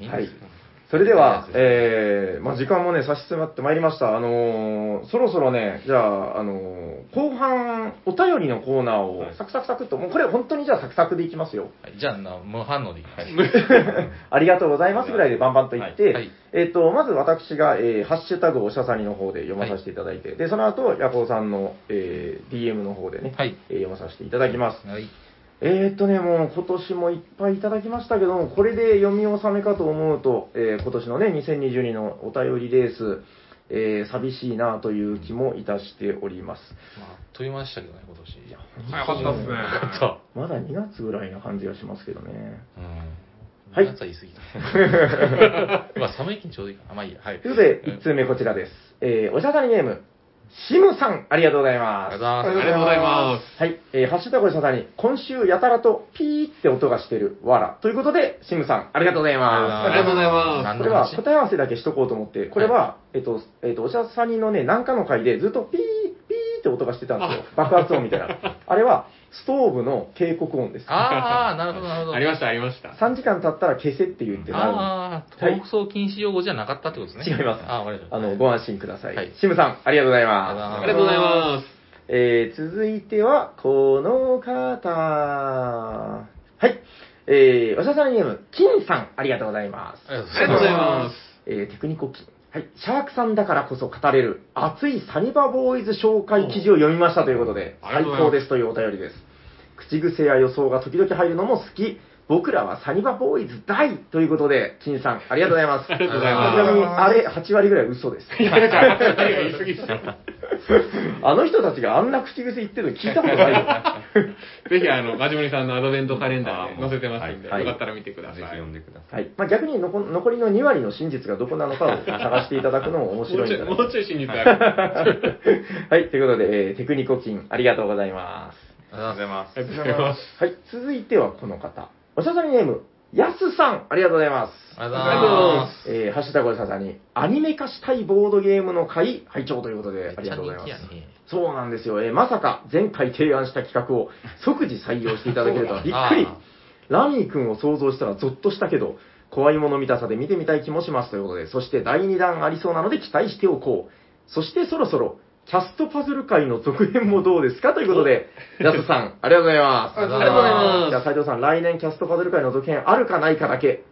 S5: ーいいん
S4: は
S5: で
S4: い
S5: すよ。
S4: それでは、えー、まあ、時間もね、差し迫ってまいりました。あのー、そろそろね、じゃあ、あのー、後半、お便りのコーナーを
S1: はい、
S4: サクサクサクっと、もうこれ本当にじゃあサクサクでいきますよ。
S5: はいじゃあ、な無反応でいきます。
S4: ありがとうございますぐらいでバンバンと言って、
S5: はいはい
S4: えっ、と、まず私が、えーハッシュタグおしゃさにの方で読まさせていただいて、で、その後、ヤコウさんの、えー DM の方でね、
S5: はい
S4: えー読まさせていただきます。
S5: はい。
S4: えーっとね、もう今年もいっぱいいただきましたけども、これで読み納めかと思うと、えー今年のね、2022のお便りレース、えー寂しいなという気もいたしております。
S5: まあ、あっという間でしたけどね、今年。いや、
S2: 早かったっすね。
S5: そ
S4: まだ2月ぐらいな感じがしますけどね。
S5: う。うん。
S4: はい
S5: 夏は言い過ぎた。まあ、寒い気にちょうどいいかな。まあいいや。はい。
S4: ということで、1通目こちらです。えー、おしゃさりネーム、シムさん、ありがとうござい
S5: あ
S4: ま
S5: り
S4: す。
S5: がとうご
S2: あ
S5: ざい
S2: りがとうございま
S4: はい、えー、ハッシュタグおしゃさり、今週やたらとピーって音がしてる、わら。ということで、シムさん、ありがとうござい
S5: ます。
S4: ま
S2: ありがとうございます
S5: 何
S4: す。
S5: の
S4: これは
S5: 話
S4: 答え合わせだけしとこうと思って、これは、えっと、えっと、おしゃさりのね、何かの回でずっとピー、ピーって音がしてたんですよ。爆発音みた いな。あれは、ストーブの警告音です。
S5: ああ、なるほど、なるほ
S2: す。
S5: ど。
S2: ありました、ありました。
S4: 3時間経ったら消せって言ってなるんで
S5: ああ、
S4: はい
S5: 逃走禁止用語じゃなかったってことですね。
S4: 違います
S5: ああ、わかりました。
S4: あの、ご安心ください。
S5: はい
S4: シムさん、ありがとうございます。
S5: あ
S2: ありがとうございます。
S4: えー、続いては、この方。はい。えー、おしゃさんネーム、金さん、ありがとうございます。
S5: ありがとうご
S2: あ
S5: ざ
S2: り
S5: い
S2: がとう
S5: ます
S2: ござい。ます。
S4: えー、テクニコ金。はい。シャークさんだからこそ語れる熱いサニバボーイズ紹介記事を読みましたということで、
S2: おあり
S4: 最
S2: がとうござ
S4: 高で
S2: います
S4: すというお便りです。口癖や予想が時々入るのも好き。僕らはサニバボーイズ大ということで、金さん、ありがとうございます。あり
S2: がとうござい
S5: ます
S4: ちなみに、あれ、8割ぐらい嘘 です。
S2: いや、だから、言い過ぎですよ。
S4: あの人たちがあんな口癖言ってるの聞いたことないよ。
S2: ぜひ、あの、ガジモリさんのアドベントカレンダーね載せてますんで、
S4: はい
S2: よかったら見てください。
S1: ぜひ読んでください。
S4: はい。まあ、逆に残残りの2割の真実がどこなのかを探していただくのも面
S2: も
S4: 白
S2: う
S4: いん
S2: ち
S4: じ
S2: ょ
S4: ゃない
S2: い、も
S4: か
S2: うちょい真実ある。
S4: はい。ということで、えーテクニコ金、ありがとうございます。
S5: ありがとうございま
S1: ありがとうございます。
S4: はい。続いてはこの方。おしゃさにネーム、やすさん、ありがとうございます。
S5: す。ありがとうご
S2: ありがとうございま
S5: ざいますす。
S4: えー、ハッシュタグおしゃさに、アニメ化したいボードゲームの会、拝聴ということで、あ
S5: めっちゃ
S4: りがとうござい
S5: 人
S4: ま
S5: 気
S4: す
S5: や。ね。
S4: そうなんですよ。えーまさか前回提案した企画を即時採用していただけるとはびっくり
S5: そうだ。
S4: ラミー君を想像したらゾッとしたけど、怖いもの見たさで見てみたい気もしますということで、そして第2弾ありそうなので期待しておこう。そしてそろそろ、キャストパズル界の続編もどうですかということで、安田さん、ありがとうございます。
S2: ありがとう
S5: ございます
S4: じゃあ、斉藤さん、来年キャストパズル界の続編あるかないかだけ、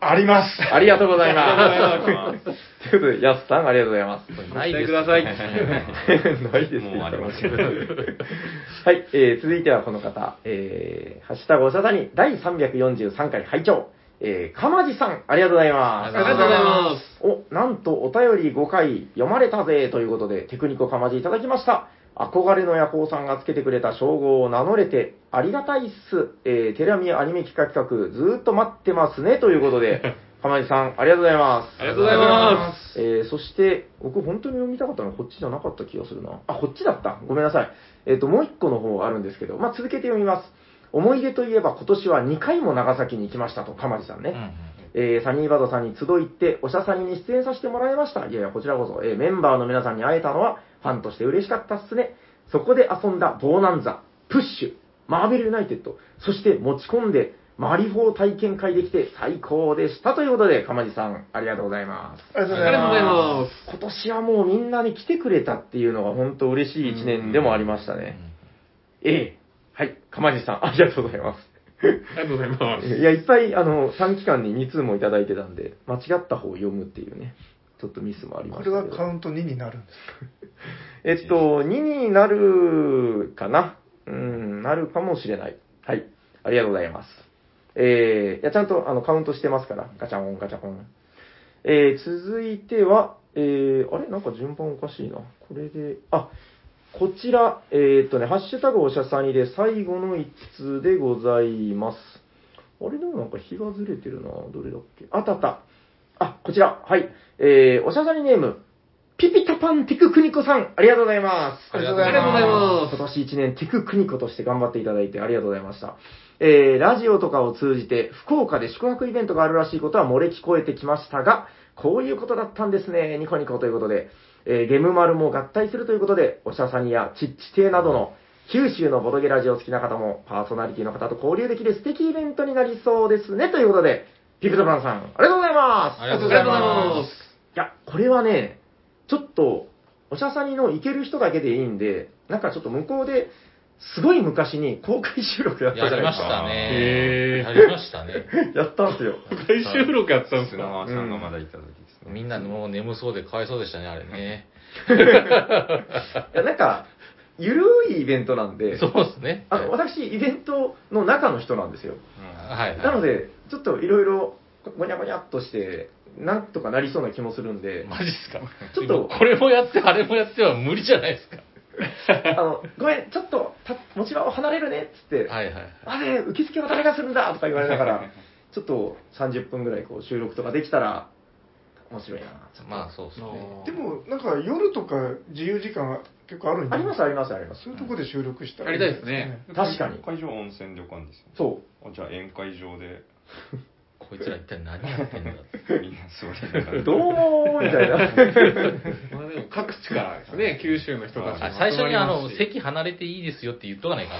S3: あります。
S4: ありがとうございま。
S2: ありがとうございます
S4: ということで、安さん、ありがとうございます。
S5: ないです。
S2: ご期待ください
S4: ないです
S1: もうあります
S4: はい、えー続いてはこの方、えー、ハッシュタグおしゃさに第343回拝聴えー、かまじさん、ありがとうございます。。
S5: ありがとうござい
S2: ます
S4: お、なんとお便り5回読まれたぜということで、テクニコかまじいただきました。憧れの夜行さんがつけてくれた称号を名乗れてありがたいっす。えー、テレアミアニメ企画企画、ずーっと待ってますねということで、 かまじさん、ありがとうございます。。
S2: ありがとうございます
S4: えー、そして、僕本当に読みたかったのはこっちじゃなかった気がするな。あ、こっちだった。ごめんなさい。えっ、と、もう一個の方があるんですけど、まあ、続けて読みます。思い出といえば今年は2回も長崎に行きましたと、かまじさんね。
S5: うんうん
S4: えーサニーバードさんに集いって、おしゃさにに出演させてもらいました。いやいや、こちらこそ、えーメンバーの皆さんに会えたのは、ファンとして嬉しかったっすね。そこで遊んだボーナンザ、プッシュ、マーベルユナイテッド、そして持ち込んで、マリフォー体験会できて最高でした。ということで、かまじさん、ありがとうございます。
S3: ありがとうござ
S2: あ
S3: い
S2: りがとうござい
S3: ま
S2: ます。
S4: 今年はもうみんなに来てくれたっていうのが本当嬉しい一年でもありましたね。ええ。はい。かまじさん、ありがとうございます。
S2: ありがとうございます。
S4: いや、いっぱい、あの、短期間に2通もいただいてたんで、間違った方を読むっていうね、ちょっとミスもあり
S3: す。
S4: ま
S3: こ
S4: し
S3: れ
S4: た
S3: は
S4: け
S3: カ
S4: ど。
S3: ウント2になるんですか
S4: えっと、2になるかなうん、なるかもしれない。はい。ありがとうございます。えー、いや、ちゃんと、あの、カウントしてますから、ガチャンガチャン。えー、続いては、えー、あれなんか順番おかしいな。これで、あ、こちら、えーっとね、ハッシュタグおしゃさにで最後の一通でございます。あれでもなんか日がずれてるな。どれだっけあったあった。あ、こちら。はい。えー、おしゃさにネーム、ピピタパンテククニコさん、ありがとうございます。
S5: ありがとうご
S2: あ
S5: ざ
S2: りがとうござい
S4: 今
S2: ます。
S4: 年1年テククニコとして頑張っていただいてありがとうございました。えー、ラジオとかを通じて福岡で宿泊イベントがあるらしいことは漏れ聞こえてきましたが、こういうことだったんですね、ニコニコということで、えーゲムマルも合体するということで、おしゃさにやチッチ亭などの九州のボドゲラジオ好きな方もパーソナリティの方と交流できる素敵イベントになりそうですね、ということで、ピプトマンさん、ありがとうございま
S5: あ
S4: す。
S2: あ
S5: り
S2: り
S5: が
S2: が
S5: とうござ
S2: とうござ
S5: い
S2: い
S5: ま
S2: ますす。
S4: いや、これはね、ちょっと、おしゃさにの行ける人だけでいいんで、なんかちょっと向こうで、すごい昔に公開収録やったじゃ
S5: やり
S4: ないで
S5: ますした
S2: へ
S5: ね。
S2: ー
S5: やりましたね。
S4: か。やったんですよ。
S2: 大収録やったんです
S1: 砂
S2: よ。
S1: 川さんがまだいた時ですね。
S5: みんなもう眠そうでかわいそうでしたね、あれね。
S4: いや、なんか、ゆるいイベントなんで、
S5: そうですね。
S4: あの私、イベントの中の人なんですよ。
S5: はいはい。
S4: なので、ちょっといろいろ、ごにゃごにゃっとして、なんとかなりそうな気もする んで、
S5: マジっすか。
S4: ちょっと
S5: これもやって、あれもやっては無理じゃないですか。
S4: あの、ごめん、ちょっと、た持ち場を離れるね、っつって、
S5: はいはい。
S4: あれ、受付は誰がするんだとか言われな がら、ちょっと30分ぐらいこう収録とかできたら、面白いな。
S5: まあそうですね。
S3: でも、なんか夜とか自由時間は結構あるんじゃな
S4: あり
S3: い
S4: ますありますあります。
S3: そういうとこで収録したら
S2: やりたいですね
S4: 確かに。
S1: 会場は温泉旅館ですよ、
S4: そ
S1: ね。あじゃあ宴会場で
S5: こいつら一体何やってんだって。
S1: みんな座りなが
S4: う。
S1: ら。
S4: どうもみた いな。
S2: まあでも各地からですね、九州の人たち
S5: あ
S2: も
S5: 最初
S2: 集まり
S5: にあ
S2: ま
S5: の
S2: すし、
S5: 席離れていいですよって言っとかないか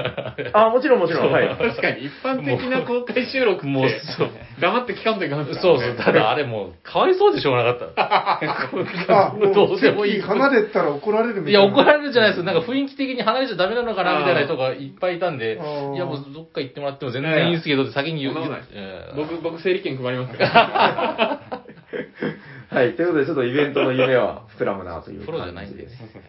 S5: らね。
S4: あ、もちろんもちろん。は い。
S2: 確かに一般的な公開収録
S5: も
S2: も
S5: う
S2: う
S5: そう
S2: 黙って聞かんといかん
S5: そう
S2: です
S5: そ
S2: か
S5: うた
S2: らね、
S5: だあれもう、かわいそうでしょうがなかった。
S3: あ、も う、
S5: どうでもいい。
S3: 席離れたら怒られるみた
S5: い
S3: いな。
S5: や、怒られるじゃないですか。なんか雰囲気的に離れちゃダメなのかな、
S2: あー
S5: みたいな人がいっぱいいたんで、い
S3: あー
S5: や、もうどっか行ってもらっても全然いいんですけど、先に言う
S2: そんなことない。
S5: えー
S2: 僕、僕、整理券配りますから。
S4: はい。ということで、ちょっとイベントの夢は膨らむなという
S5: プロじゃな
S4: 感
S5: い
S4: じ
S5: んで
S4: です
S5: ね。。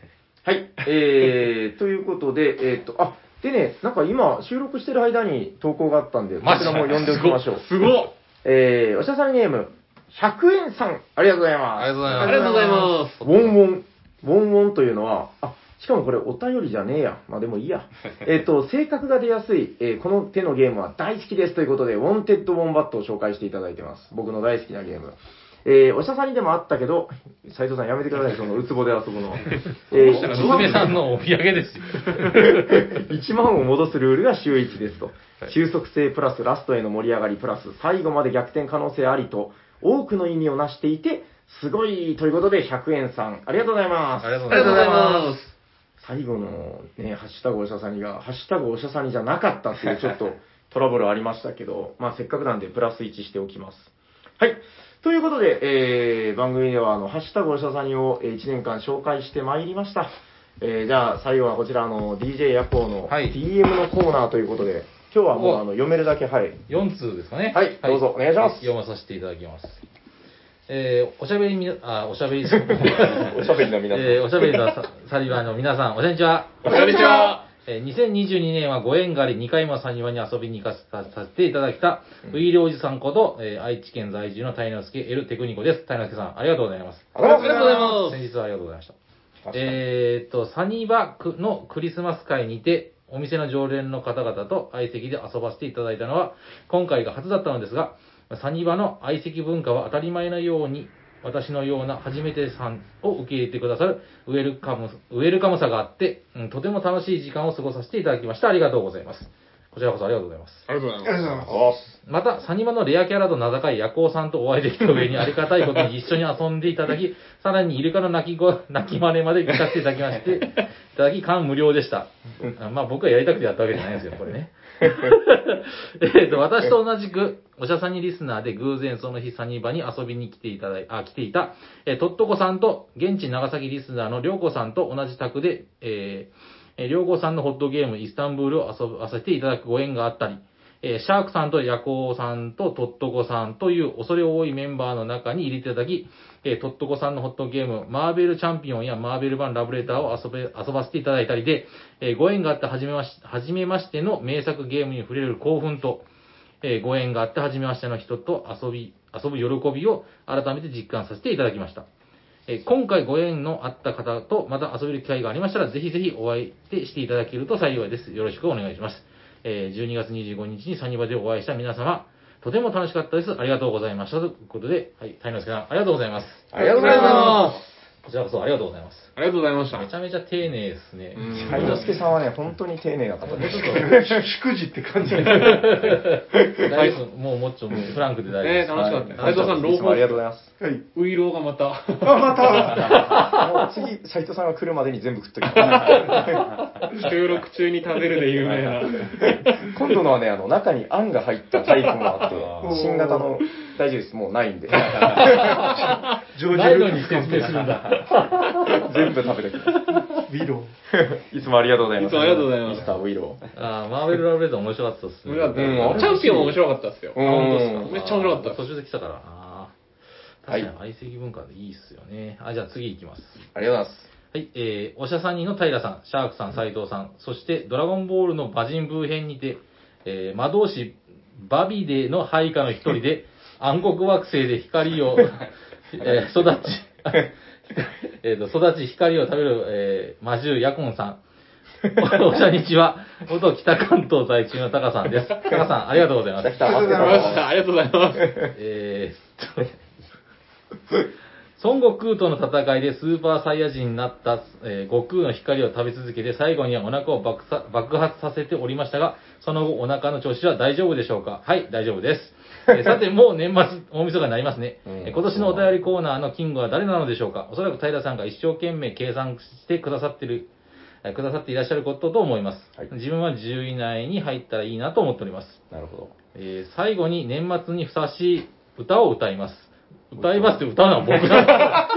S4: はい。えー、ということで、えーっと、あ、でね、なんか今、収録してる間に投稿があったんで、こち
S5: マジ
S4: らも読んでおきましょう。
S2: すごっ
S4: えー、おしゃさんネーム、100円さん、ありがとうございま
S5: あ
S4: す。
S5: りがとうございます
S2: ありがとうございま
S4: ウォンウォン、ウォンウォンというのは、あ、しかもこれお便りじゃねえや。まあでもいいや。 えっと、性格が出やすい、えーこの手のゲームは大好きですということで、ウォンテッド・ウォンバットを紹介していただいてます。僕の大好きなゲーム。えーおしゃさんにでもあったけど、斉藤さんやめてください、そのうつぼで遊ぶの は。えー
S5: すごい。娘さんのお土産ですよ。
S4: 1万を戻すルールが週1ですと、収束性プラスラストへの盛り上がりプラス最後まで逆転可能性ありと多くの意味をなしていてすごいということで100円さんありがとうございます
S5: ありがとうご
S2: あり
S5: ざいま
S2: がとうございます。
S4: 最後のね「ハッシュタグおしゃさに」が「ハッシュタグおしゃさに」じゃなかったっていうちょっとトラブルありましたけど、まあ、せっかくなんでプラス1しておきます。はい。ということで、えー番組では、あの、ハッシュタグおしゃさにを1年間紹介してまいりました。えーじゃあ、最後はこちら、あの、DJ ヤコウの
S5: はい
S4: DM のコーナーということで、今日はもう、
S5: お
S4: あの、読めるだけ、はい。
S5: 4通ですかね。
S4: はいどうぞお願いします
S5: 読まさせていただきます。えーおしゃべりみな、あ、おしゃべり、おし ゃ
S4: おしゃべりの皆さん。
S5: えーおしゃべりなさサリバーの皆さん、おしゃにちは。
S2: こんにち
S5: え
S2: は。
S5: ー2022年はご縁があり2回もサニワに遊びに行かせたさせていただきた、ウィールおじさんこと、えー愛知県在住のタイノスケエルテクニコです。タイノスケさん、ありがとうございます。
S4: ありがとうございます。
S2: ありがとうござ
S5: 先
S2: います。
S5: 日はありがとうございました。
S4: 確かに
S5: えーっと、サニバクのクリスマス会にて、お店の常連の方々と相席で遊ばせていただいたのは、今回が初だったのですが、サニバの相席文化は当たり前のように、私のような初めてさんを受け入れてくださるウェルカム、ウェルカムさがあって、うんとても楽しい時間を過ごさせていただきました。ありがとうございます。こちらこそありがとうございます。
S2: ありがとうござい
S3: りがとうござ
S2: ま。
S3: い
S4: あ
S3: ま
S4: ー
S5: また、サニマのレアキャラと名高い夜行さんとお会いできた上にありがたいことに一緒に遊んでいただき、さらにイルカの鳴き声、 鳴き真似まで聞かせていただきまして、いただき、感無量でした。あまあ僕はやりたくてやったわけじゃないですよ、これね。えっと、私と同じく、おしゃさにリスナーで偶然その日サニバに遊びに来ていただい、あ、来ていた、えー、とっとこさんと、現地長崎リスナーのりょうこさんと同じ宅で、えーえーりょうこさんのホットゲームイスタンブールを遊ばせていただくご縁があったり、えーシャークさんとヤコウさんとトットコさんという恐れ多いメンバーの中に入れていただき、えートットコさんのホットゲーム、マーベルチャンピオンやマーベル版ラブレターを遊べ、遊ばせていただいたりで、えーご縁があってはじめまし、はじめましての名作ゲームに触れる興奮と、えーご縁があってはじめましての人と遊び、遊ぶ喜びを改めて実感させていただきました。えー今回ご縁のあった方とまた遊べる機会がありましたら、ぜひぜひお会いしていただけると幸いです。よろしくお願いします。えー12月25日にサニバでお会いした皆様、とても楽しかったです。ありがとうございました。ということで、はい、谷之助さん、ありがとうございます。
S4: ありがとうございます
S5: こちらこそありがとうございます。
S2: ありがとうございました。
S5: めちゃめちゃ丁寧ですね。
S2: うん
S4: す。はい、之助さんはね、本当に丁寧な方です。
S3: 祝辞って感じです。
S5: 大丈夫、もうもうちょっとフランクで大
S2: ね
S5: 丈夫
S2: 楽しかったです。
S4: はい
S2: 斉藤さん、
S4: い
S2: 朗
S4: つも
S2: 報
S4: あり。がとうございます。
S3: はい。
S2: ウイローがまた。
S3: あ、また。
S4: もう次、斉藤さんが来るまでに全部食っときます。
S2: 収録中に食べるで有名な。
S4: 今度のはね、あの、中にあんが入ったタイプもあ
S3: あ
S4: っ
S3: ー
S4: て、新型の、大丈夫です、もうないんで。
S3: ジョージ・
S5: ない
S3: ル
S5: の
S3: ー
S5: に
S3: カス
S5: 説
S3: 監
S5: 明するんだ。
S4: 全部食べてくだ
S3: ビロー。
S4: さい。いつもありがとうございます。
S2: いつもありがとうございます
S4: ミスターウイロー。
S5: あーマーベルラブレード面白かったですね。
S2: 面白か
S4: うん
S2: ったですねチャンピオンも面白かったですよ。
S4: うん
S2: 本当ですかめっちゃ面白かった
S5: 途
S2: です。
S5: 中で来たから。あー
S4: はい
S5: 確かに相席文化でいいっすよね。あ、じゃあ次行きます。
S4: ありがとうございます。
S5: はい、えー、おしゃさんにの平さん、シャークさん、斉藤さん、そしてドラゴンボールの魔人ブー編にて、えー、魔導士バビデの配下の一人で、暗黒惑星で光を、えー、育ち、 えーと、育ち光を食べる、えー、魔獣ヤコンさん、おおしゃにちは、元北関東在住のタカさんです。タカさん、ありがとうございます
S4: 来た。来た、待って
S3: ありがとうございま
S4: た。
S2: ありがとうございます。
S5: えーっと、孫悟空との戦いでスーパーサイヤ人になった、えー悟空の光を食べ続けて最後にはお腹を爆さ爆発させておりましたが、その後お腹の調子は大丈夫でしょうかはい、大丈夫です。 えーさて、もう年末、大晦日になりますね、
S4: うん
S5: えー今年のお便りコーナーのキングは誰なのでしょうかおそらく平さんが一生懸命計算してくださってる、えーくださっていらっしゃることと思います。
S4: はい
S5: 自分は10位以内に入ったらいいなと思っております。
S4: なるほど。
S5: えー最後に年末にふさわしい歌を歌います。歌いますって歌うのは僕だ。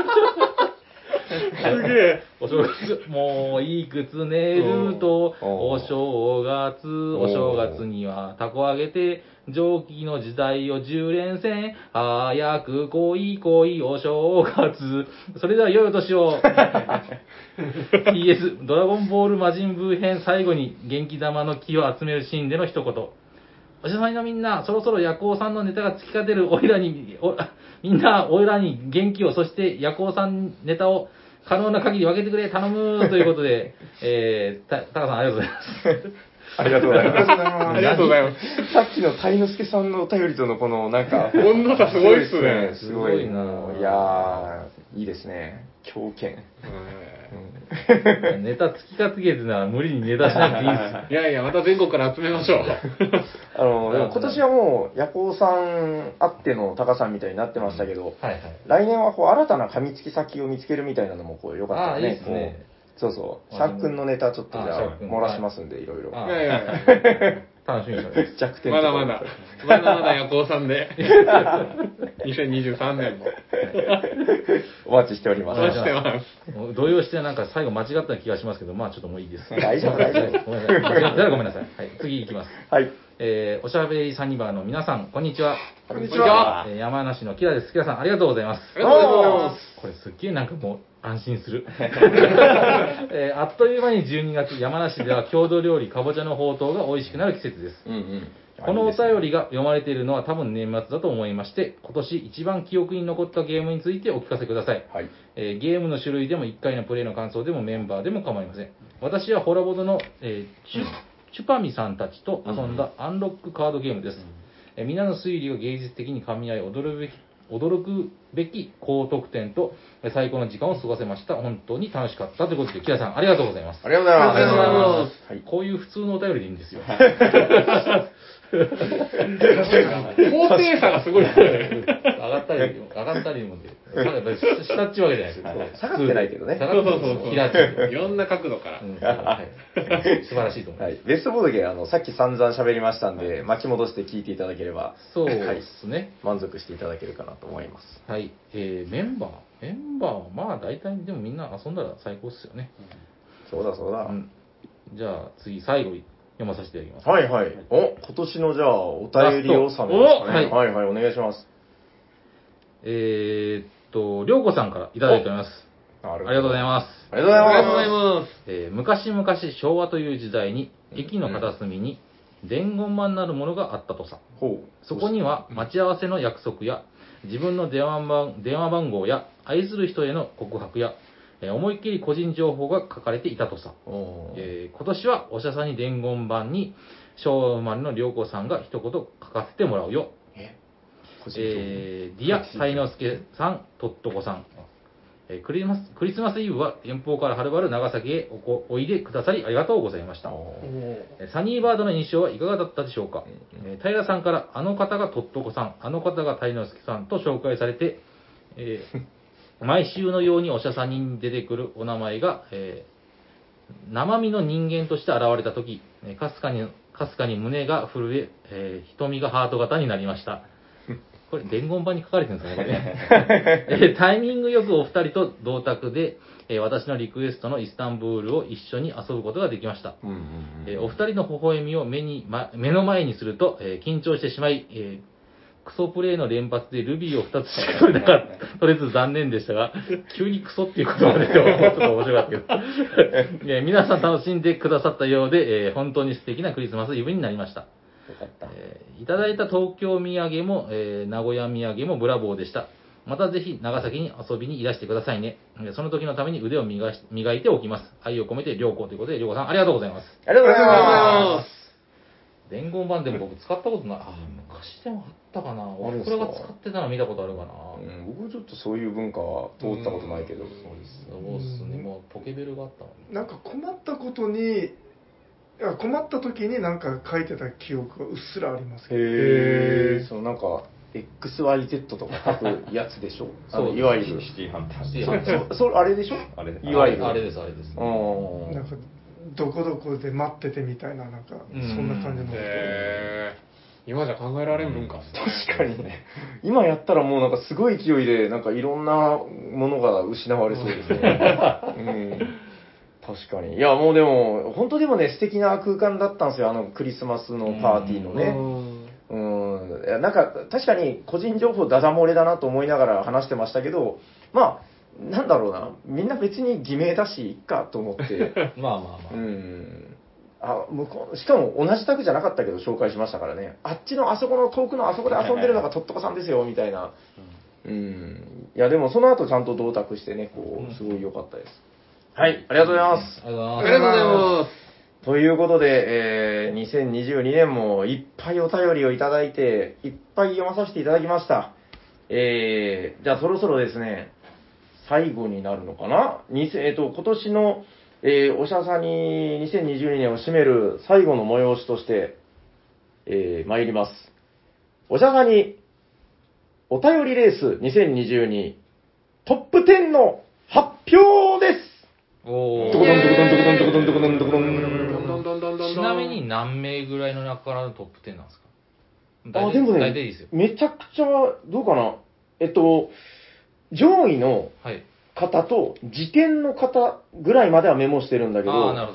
S2: すげえ。
S5: お正月、もういくつ寝ると、
S4: うん
S5: お正月、
S4: ん
S5: お正月にはタコあげて、蒸気の時代を10連戦、早く来い来いお正月。それでは良いお年を。PS、ドラゴンボール魔人ブー編最後に元気玉の木を集めるシーンでの一言。おしゃさんのみんな、そろそろ夜行さんのネタが突き勝てる、おいらに、おみんな、おいらに元気を、そして夜行さんネタを可能な限り分けてくれ、頼むということで、えー、た、たかさんありがとうござい
S4: ありがとうござい
S3: ありがとうござ
S4: ま
S3: います
S2: ありがとうございます。
S4: す。さっきのタイノスケさんのお便りとのこの、なんか、
S2: 温度差すごいっすね
S4: すごいで
S5: すごい
S4: す
S5: な
S4: もういやー、いいですね。狂犬。
S5: ます。 ネタ突き勝てるなら無理にネタしなくていいです。
S2: いやいや、また全国から集めましょう。
S4: あの、でも今年はもう、夜行さんあってのタカさんみたいになってましたけど、
S5: はいはい。
S4: 来年はこう新たな噛みつき先を見つけるみたいなのもこうよかったら
S5: あーい
S4: ね。
S5: いっすね
S4: こうそうそう。シ
S5: まあ
S4: ャーク君のネタちょっとじ
S5: あーシャ
S4: ゃ
S5: ー
S4: あ
S5: ク君
S4: 漏らしますんで、いろいろ。
S5: あ
S2: いやいや、
S5: 楽しみにしております。
S4: 弱点
S2: まだまだ、まだまだ夜行さん で、2023年も。
S4: お待ちしておりま
S2: お
S4: す。
S2: 待ちしてます。
S5: もう動揺してなんか最後間違った気がしますけど、まあちょっともういいです。
S4: 大丈夫大丈夫
S5: ごめんなさい。間違ったらごめんなさい。はい、次いきます。
S4: はい。
S5: えー、おしゃべりサニバーの皆さん、こんにちは。
S4: こ
S2: んにちは
S5: えー山梨のキラです。キラさん、ありがとうございます。
S2: ありがとうございます。
S5: これすっげえなんかもう安心 する、えーあっという間に12月山梨では郷土料理かぼちゃのほうとうが美味しくなる季節です
S4: うんうん。
S5: このお便りが読まれているのは多分年末だと思いまして今年一番記憶に残ったゲームについてお聞かせください、
S4: はい。
S5: えーゲームの種類でも1回のプレイの感想でもメンバーでも構いません私はホラボドの、えーチュチュパミさんたちと遊んだアンロックカードゲームです、えー皆の推理が芸術的に噛み合い驚くべき驚くべき高得点とえー最高の時間を過ごせました本当に楽しかったということでキラさんありがとうございます
S4: ありがとうございます。
S2: ありがとうございます
S4: はい。
S5: こういう普通のお便りでいいんですよ
S2: 高低差がすごいです ね。
S5: 上がったり上がったりもで下が下っちゅうわけじゃないですよ
S4: はい下がってないけどね
S5: 下
S2: そ
S5: が
S2: う
S5: って
S2: そ
S5: な
S2: う
S5: い
S2: そうそう。
S5: 開いてる
S2: いろんな角度から
S5: う。んはい素晴らしいと思います
S4: はい、ベストボードゲーあの、さっき散々喋りましたんで、巻き戻して聞いていただければ、
S5: そうですね。
S4: 満足していただけるかなと思います。
S5: はい。えーメンバー。メンバーはまあ大体、でもみんな遊んだら最高っすよね。
S4: そうだそうだ。
S5: うん。じゃあ次、最後読まさせていただきます。
S4: はいはい。お、今年のじゃあ、お便り納めですかね。
S5: ラストお
S4: はいはい、お願いします。
S5: えーっと、りょうこさんからいただいております。
S4: あ
S5: ありがとうございます。
S4: す。ありがとうございます。
S2: ます。
S5: えー昔々昭和という時代に、駅の片隅に伝言版なるものがあったとさ。
S4: ほう。
S5: そこには待ち合わせの約束や、自分の電話番電話番号や、愛する人への告白や、えー思いっきり個人情報が書かれていたとさ。
S4: おー
S5: えー今年はおしゃさんに伝言版に昭和生まれの良子さんが一言書かせてもらうよ。
S4: え個人情報
S5: えー、ディア・才之助さん、とっとこさん。えークリスマスクリスマスイブは遠方からはるばる長崎へおこおいでくださりありがとうございました。
S4: おー
S2: お
S5: えーサニーバードの印象はいかがだったでしょうか、
S4: う
S5: えー平さんからあの方がとっとこさん、あの方が才之助さんと紹介されて、え ー毎週のようにおしゃさんに出てくるお名前が、えー生身の人間として現れたとき、えーかすかに、かすかに胸が震え、えー瞳がハート型になりました。これ、伝言版に書かれてるんですかね、これねえータイミングよくお二人と同卓で、えー私のリクエストのイスタンブールを一緒に遊ぶことができました。
S4: うんうんうん
S5: えーお二人の微笑みを目に、ま、目の前にすると、えー緊張してしまい、えークソプレイの連発でルビーを2つしか取れなかった、取れず残念でした が、急にクソっていうことまでちょっと面白かったけど、 えー皆さん楽しんでくださったようで、えー本当に素敵なクリスマスイブになりました。
S4: よかった。
S5: えーいただいた東京土産も、えー名古屋土産もブラボーでした。またぜひ長崎に遊びにいらしてくださいね。えーその時のために腕を磨し磨いておきます。愛を込めて良子ということで、良子さんありがとうございます。
S4: ありがとうござい
S2: あ
S4: ま
S5: 伝言版でも僕使ったことない。あー、昔でもあったかな。
S4: あるん
S5: 俺
S4: す
S5: こ
S4: か
S5: れが使ってたの見たことあるかな。
S4: す。うん僕もちょっとそういう文化は通ったことないけど。
S2: うん
S5: そうっすね。もうポケベルがあったの
S3: なんか困ったことにいや困った時になんか書いてた記憶がうっすらありますけど
S4: へえ。そう、なんか、XYZ とか書くやつでしょあの
S5: そう
S4: いわゆる。
S1: シティハンター。
S5: シティハンター
S4: そ、そ、あれでしょ
S1: あれ
S4: いわゆる。
S5: あれです、あれです。
S4: うん。
S3: なんかどこどこで待っててみたいななんかそんな感じの
S2: ーへー今じゃ考えられん文化っすね。
S4: 確かにね。今やったらもうなんかすごい勢いで、なんかいろんなものが失われそうですね。うん。確かに。いや、もうでも、本当でもね、素敵な空間だったんですよ。あの、クリスマスのパーティーの
S2: う
S4: ね。
S2: ん
S4: うん。いやなんか、確かに個人情報ダダ漏れだなと思いながら話してましたけど、まあ、なんだろうな。みんな別に偽名だし、いっかと思って。
S5: まあまあまあ。
S4: うんあ向こうしかも同じ宅じゃなかったけど紹介しましたからねあっちのあそこの遠くのあそこで遊んでるのがとっとこさんですよみたいなうんいやでもその後ちゃんと同卓してねこ
S5: うん
S4: うすごい良かったですはいありがとうございます
S5: ありがとうござい
S2: あ
S5: ま
S2: り
S5: す。
S2: がとうございます。
S4: ということで、えー2022年もいっぱいお便りをいただいて、いっぱい読まさせていただきました。えーじゃあそろそろですね、最後になるのかなにせえっと、今年の、えーおしゃさに2022年を締める最後の催しとして、えー参ります。おしゃさに、お便りレース2022トップ10の発表です
S5: お
S4: ドコドンドコドンドコドンドコドンドコドンドコドン
S5: ー。
S2: どんどんどんどんどんどん
S5: ちなみに人何名ぐらいの中からのトップ10なんですか
S4: あ、でもね
S5: 大体いいですよ。、
S4: めちゃくちゃ、どうかな。えっと、上位の
S5: はい。
S4: 方と時点の方ぐらいまではメモしてるんだけど、
S5: ああ、な
S4: わ
S5: る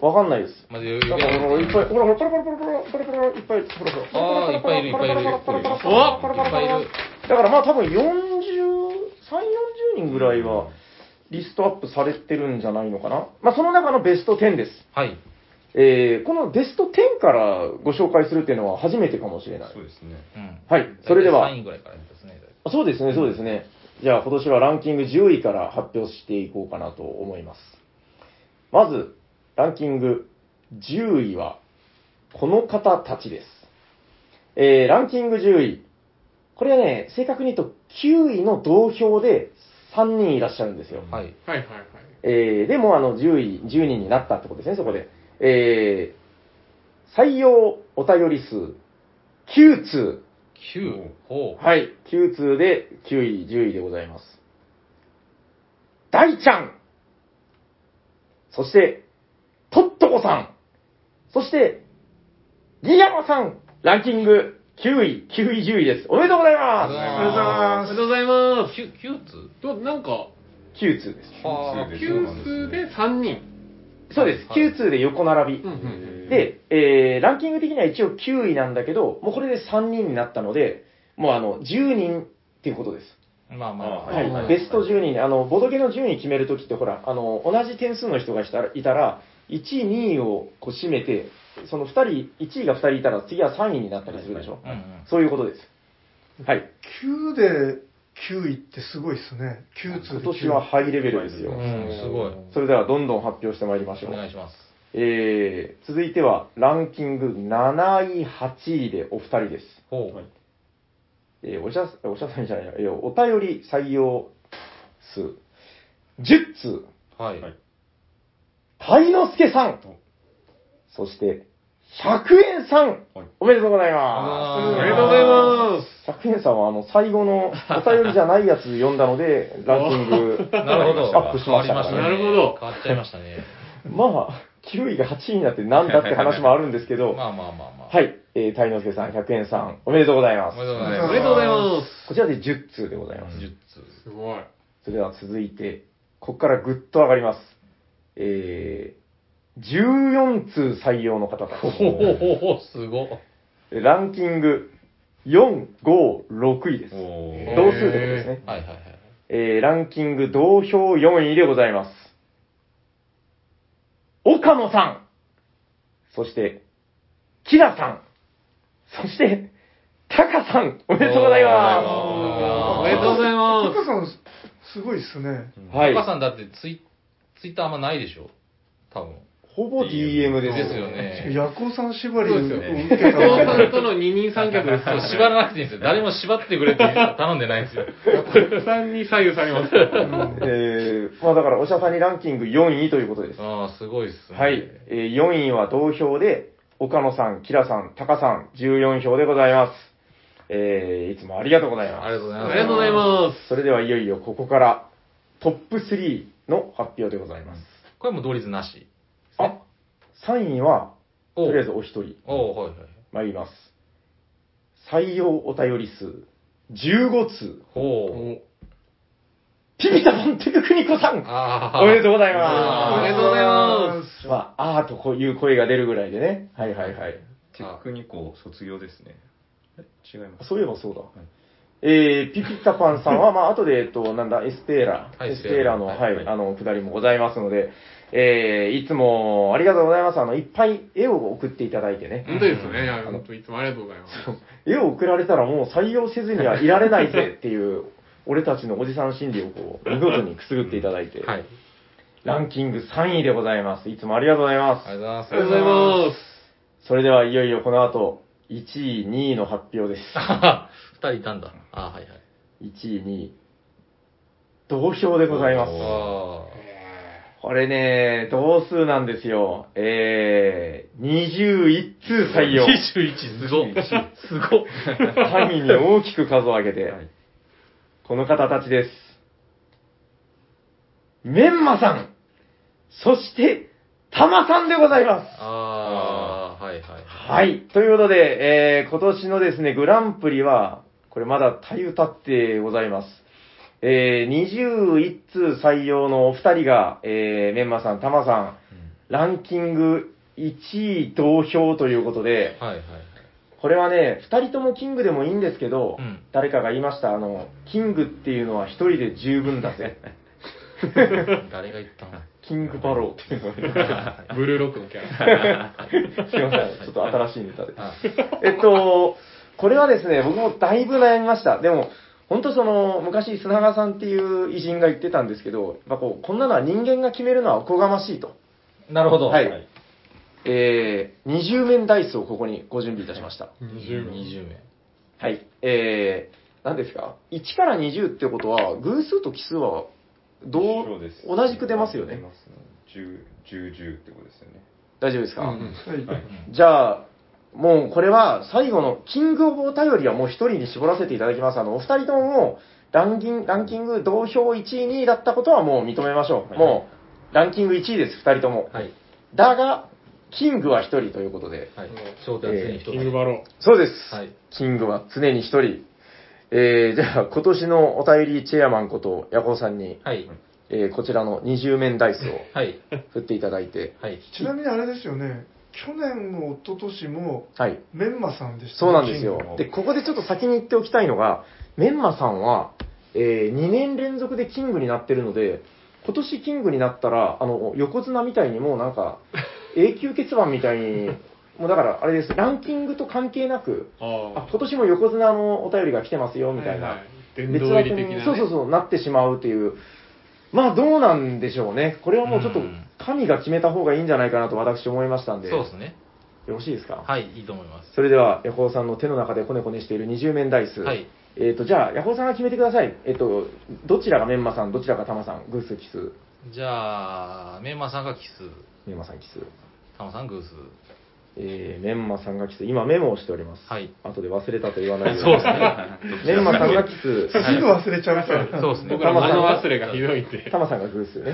S5: ほど。
S4: かんないです。
S5: まあ、で、
S4: なんかほら、いっぱい、ほらほら、パラパラパラパラパラパラいっぱい、ほらほら。
S5: ああ、いっぱいいる、いっぱいいる。いっ
S4: パラパラパラパラパラパラパラパラパ
S5: ぱいい
S4: ラ
S5: る。
S4: だからまあ多分40、3、40人ぐらいはリストアップされてるんじゃないのかな。まあその中のベスト10です。
S5: はい。
S4: えー、このベスト10からご紹介するっていうのは初めてかもしれない
S1: そ。うですね。
S5: うん。
S4: はい、 それでは。
S5: 3位ぐらいからですね。
S4: あそうですね、そうですね。じゃあ、今年はランキング10位から発表していこうかなと思います。まず、ランキング10位は、この方たちです。えー、ランキング10位。これはね、正確に言うと9位の同票で3人いらっしゃるんですよ。
S5: はい。
S2: はいはいはい。
S4: えー、でも、あの、10位、10人になったってことですね、そこで。えー、採用お便り数、9通。
S5: 9。ほう。
S4: はい、9通で9位、10位でございます。大ちゃんそして、とっとこさんそして、ギヤマさんランキング9位、9位、10位です。おめでとうございま
S3: おめでとうござい
S2: あ
S3: ます
S2: りがとうございます
S5: 9、9つ
S2: どう。なんか、
S4: す。9通です。
S5: はあ
S1: 九通
S5: ー、
S1: で
S2: 9数で3人。
S4: そうです。
S5: はい
S4: 9通で横並び
S2: うんう。ん。
S4: で、えー、ランキング的には一応9位なんだけど、もうこれで3人になったので、もうあの、10人っていうことです。
S5: まあまあ、
S4: はい
S2: はい
S4: ベスト10人、あのボドゲの順位決めるときって、ほらあの、同じ点数の人がしたらいたら、1位、2位をこう占めて、その2人、1位が2人いたら、次は3位になったりするでしょ、
S5: うんうん。
S4: そういうことです。はい、
S3: 9で9位ってすごいですね。9通で9
S4: 今年はハイレベルですよ。
S5: うん、すごい。
S4: それではどんどん発表してまいりましょ
S5: お願
S4: う。
S5: いします。
S4: えー、続いては、ランキング7位、8位でお二人です。
S5: ほう。
S4: えーおしゃ、おしゃさんじゃないや、えーお便り採用数、10通。
S5: はい。
S1: はい
S4: 鯛之助さん、そして、100円さん
S1: はい、
S4: おめでとうございま
S2: ありがとうございます。
S4: す。100円さんは、あの、最後のお便りじゃないやつ読んだので、ランキング、
S5: なるほど。
S4: アップしましたから
S2: ね
S5: 変わりま
S2: なるほど
S5: 変わっちゃいましたね。
S4: まあ、9位が8位になってなんだって話もあるんですけ ど、
S5: まあまあまあまあ。。
S4: はいい、えー、鯛之助さん、100円さん、おめでとうございま
S5: お
S4: す
S5: め。でとうござい
S2: お
S5: ま
S2: めでとうございます。
S4: こちらで10通でございます
S5: す。。10通。
S2: すごい。
S4: それでは続いて、ここからぐっと上がります。えー、14通採用の方たち
S5: ほほほほ、すごっ。
S4: ランキング4、5、6位です。
S1: おー
S4: 同数ってことですね。
S5: はいはいはい。
S4: えー、ランキング同票4位でございます。岡野さん。そして、キラさん。そして、タカさん。おめでとうございま
S2: おめでとうございま
S3: 高さん、すごいですね。
S1: う
S4: す。は
S5: お母
S4: い。
S5: さんだってツイツイッターあんまないでしょ多分。
S4: ほぼ DM です。
S5: ですよね。
S3: ヤコウさん縛りを
S2: そうですよね
S3: 受けた
S2: お父
S3: ら、
S2: さんとの二人三脚です
S5: そう 縛らなくていいんですよ。誰も縛ってくれって頼んでないんですよ。
S2: お父さんに左右されます。
S3: うん
S4: えー、まあだから、おしゃさんにランキング4位ということです。
S5: ああ、すごいっすね。
S4: はい。えー、4位は同票で、岡野さん、キラさん、タカさん、14票でございます。えー、いつもありがとうございます。
S5: ありがとうございます。
S2: ありがとうございます。
S4: それではいよいよここから、トップ3の発表でございます。
S5: これも同率なし。
S4: あ、3位は、
S5: お
S4: とりあえずお一人、
S5: おうはいはい。
S4: 参ります。採用お便り数、15通、
S5: ほう。
S4: ピピタパンテククニコさん
S5: ああ。
S4: おめでとうござい
S2: おめ
S4: ま。
S2: でとうございます
S4: まあ、あーとこういう声が出るぐらいでね。はいはいはい。
S1: テックニコ卒業ですね。え違います。
S4: そういえばそうだ。えー、ピピタパンさ んは、まあ、後で、えっと、なんだ、エスペーラ、
S5: はい
S4: エスペーラの、
S5: エ
S4: はい
S5: スペー、ラはい
S4: あの、くだりもございますので、えー、いつも、ありがとうございます。あの、いっぱい絵を送っていただいてね。
S2: 本当ですね。いや本当いつもありがとうございます。
S4: 絵を送られたらもう採用せずにはいられない ぜっていう、俺たちのおじさん心理をこう、見事にくすぐっていただいて、
S5: はい。
S4: ランキング3位でございます。いつもありがとうございます
S5: あ。りが
S2: あ
S5: と
S2: りが
S5: う
S2: と
S5: ご
S2: うご
S5: ざ
S2: ざ
S5: い
S2: い
S5: ま
S2: ます。
S4: それではいよいよこの後、1位、2位の発表 です。
S5: す。はは 二人いたんだ。ああ、はいはい。
S4: 1位、2位。同票でございます。
S5: あ
S4: これね、同数なんですよ。えー、21通採用。
S5: 21、すごっ。すごっ。
S4: 単位に大きく数を上げて、
S1: はい
S4: この方たちです。メンマさん、そして、タマさんでございます。
S5: ああ、はいはい。
S4: はい。ということで、えー、今年のですね、グランプリは、これまだたゆたってございます。えー、21通採用のお二人が、えー、メンマさん、タマさん、ランキング1位同票ということで、
S5: はいはいはい。
S4: これはね、二人ともキングでもいいんですけど、
S5: うん
S4: 誰かが言いました、あの、キングっていうのは一人で十分だ ぜ。
S5: 誰が言ったの
S4: キングバローっていうのが
S2: ブルーロックのキャラ。
S4: すいません、ちょっと新しいネタで。 えっと、これはですね、僕もだいぶ悩みました。でも、本当その、昔、砂川さんっていう偉人が言ってたんですけど、まあ、こうこんなのは人間が決めるのはおこがましいと。
S5: なるほど。
S4: はい。えー、二十面ダイスをここにご準備いたしました。
S5: 20名。20名。
S4: はい。えー、何ですか ?1 から20ってことは、偶数と奇数は、ど
S1: 一緒
S4: う
S1: です、
S4: 同じく出ますよね
S1: 出。ますね10、10、10ってことですよね。
S4: 大丈夫ですか、
S2: うんうん
S1: はい。
S4: じゃあ、もうこれは最後のキングオブお便りはもう一人に絞らせていただきます。あの、お二人とももうランキンランキング同票1位、2位だったことはもう認めましょう。
S1: はい
S4: もう、ランキング1位です、二人とも。
S5: はい。
S4: だが、キングは一人ということで。
S5: はい。頂点全員一つ。
S2: キングバロ
S4: そうです。
S5: はい
S4: キングは常に一人。えー、じゃあ、今年のお便りチェアマンこと、ヤコウさんに、
S5: はい。
S4: えー、こちらの二十面ダイスを
S5: はい。
S4: 振っていただい て、
S5: はい。
S3: ちなみにあれですよね、去年も一昨年も、
S4: はい。
S3: メンマさんでした
S4: そうなんです
S1: キング
S4: よ。
S1: も
S4: で、ここでちょっと先に言っておきたいのが、メンマさんは、え2年連続でキングになってるので、今年キングになったら、あの、横綱みたいにもうなんか、永久欠番みたいに、もうだから、あれです、ランキングと関係なく、
S2: ー。
S4: あ今年も横綱のお便りが来てますよ、みたい
S2: はは
S4: な。
S2: 殿堂入り的な、ね。
S4: そうそうそう、なってしまうという。まあ、どうなんでしょうね。これはもうちょっと
S5: うん、
S4: 神が決めた方がいいんじゃないかなと私思いましたんで、
S5: そうですね。
S4: よろしいですか
S5: はい、いいと思います。
S4: それでは、ヤホーさんの手の中でコネコネしている二十面ダイス。
S5: はい
S4: えっ、と、じゃあ、ヤホーさんが決めてください。えっ、と、どちらがメンマさん、どちらがタマさん、偶数奇数、
S5: じゃあ、メンマさんが奇数、
S4: メンマさん奇数。
S5: タマさん偶数。
S4: えー、メンマさんが奇数。今メモをしております。
S5: はい
S4: 後で忘れたと言わないように。
S5: そうですね。
S4: メンマさんが奇数、
S3: すぐ忘れちゃうから、
S5: そうですね。
S2: 僕ら
S4: タマさん
S2: 物
S4: は
S2: 忘れがひどい って。
S4: タマさんが偶数ね。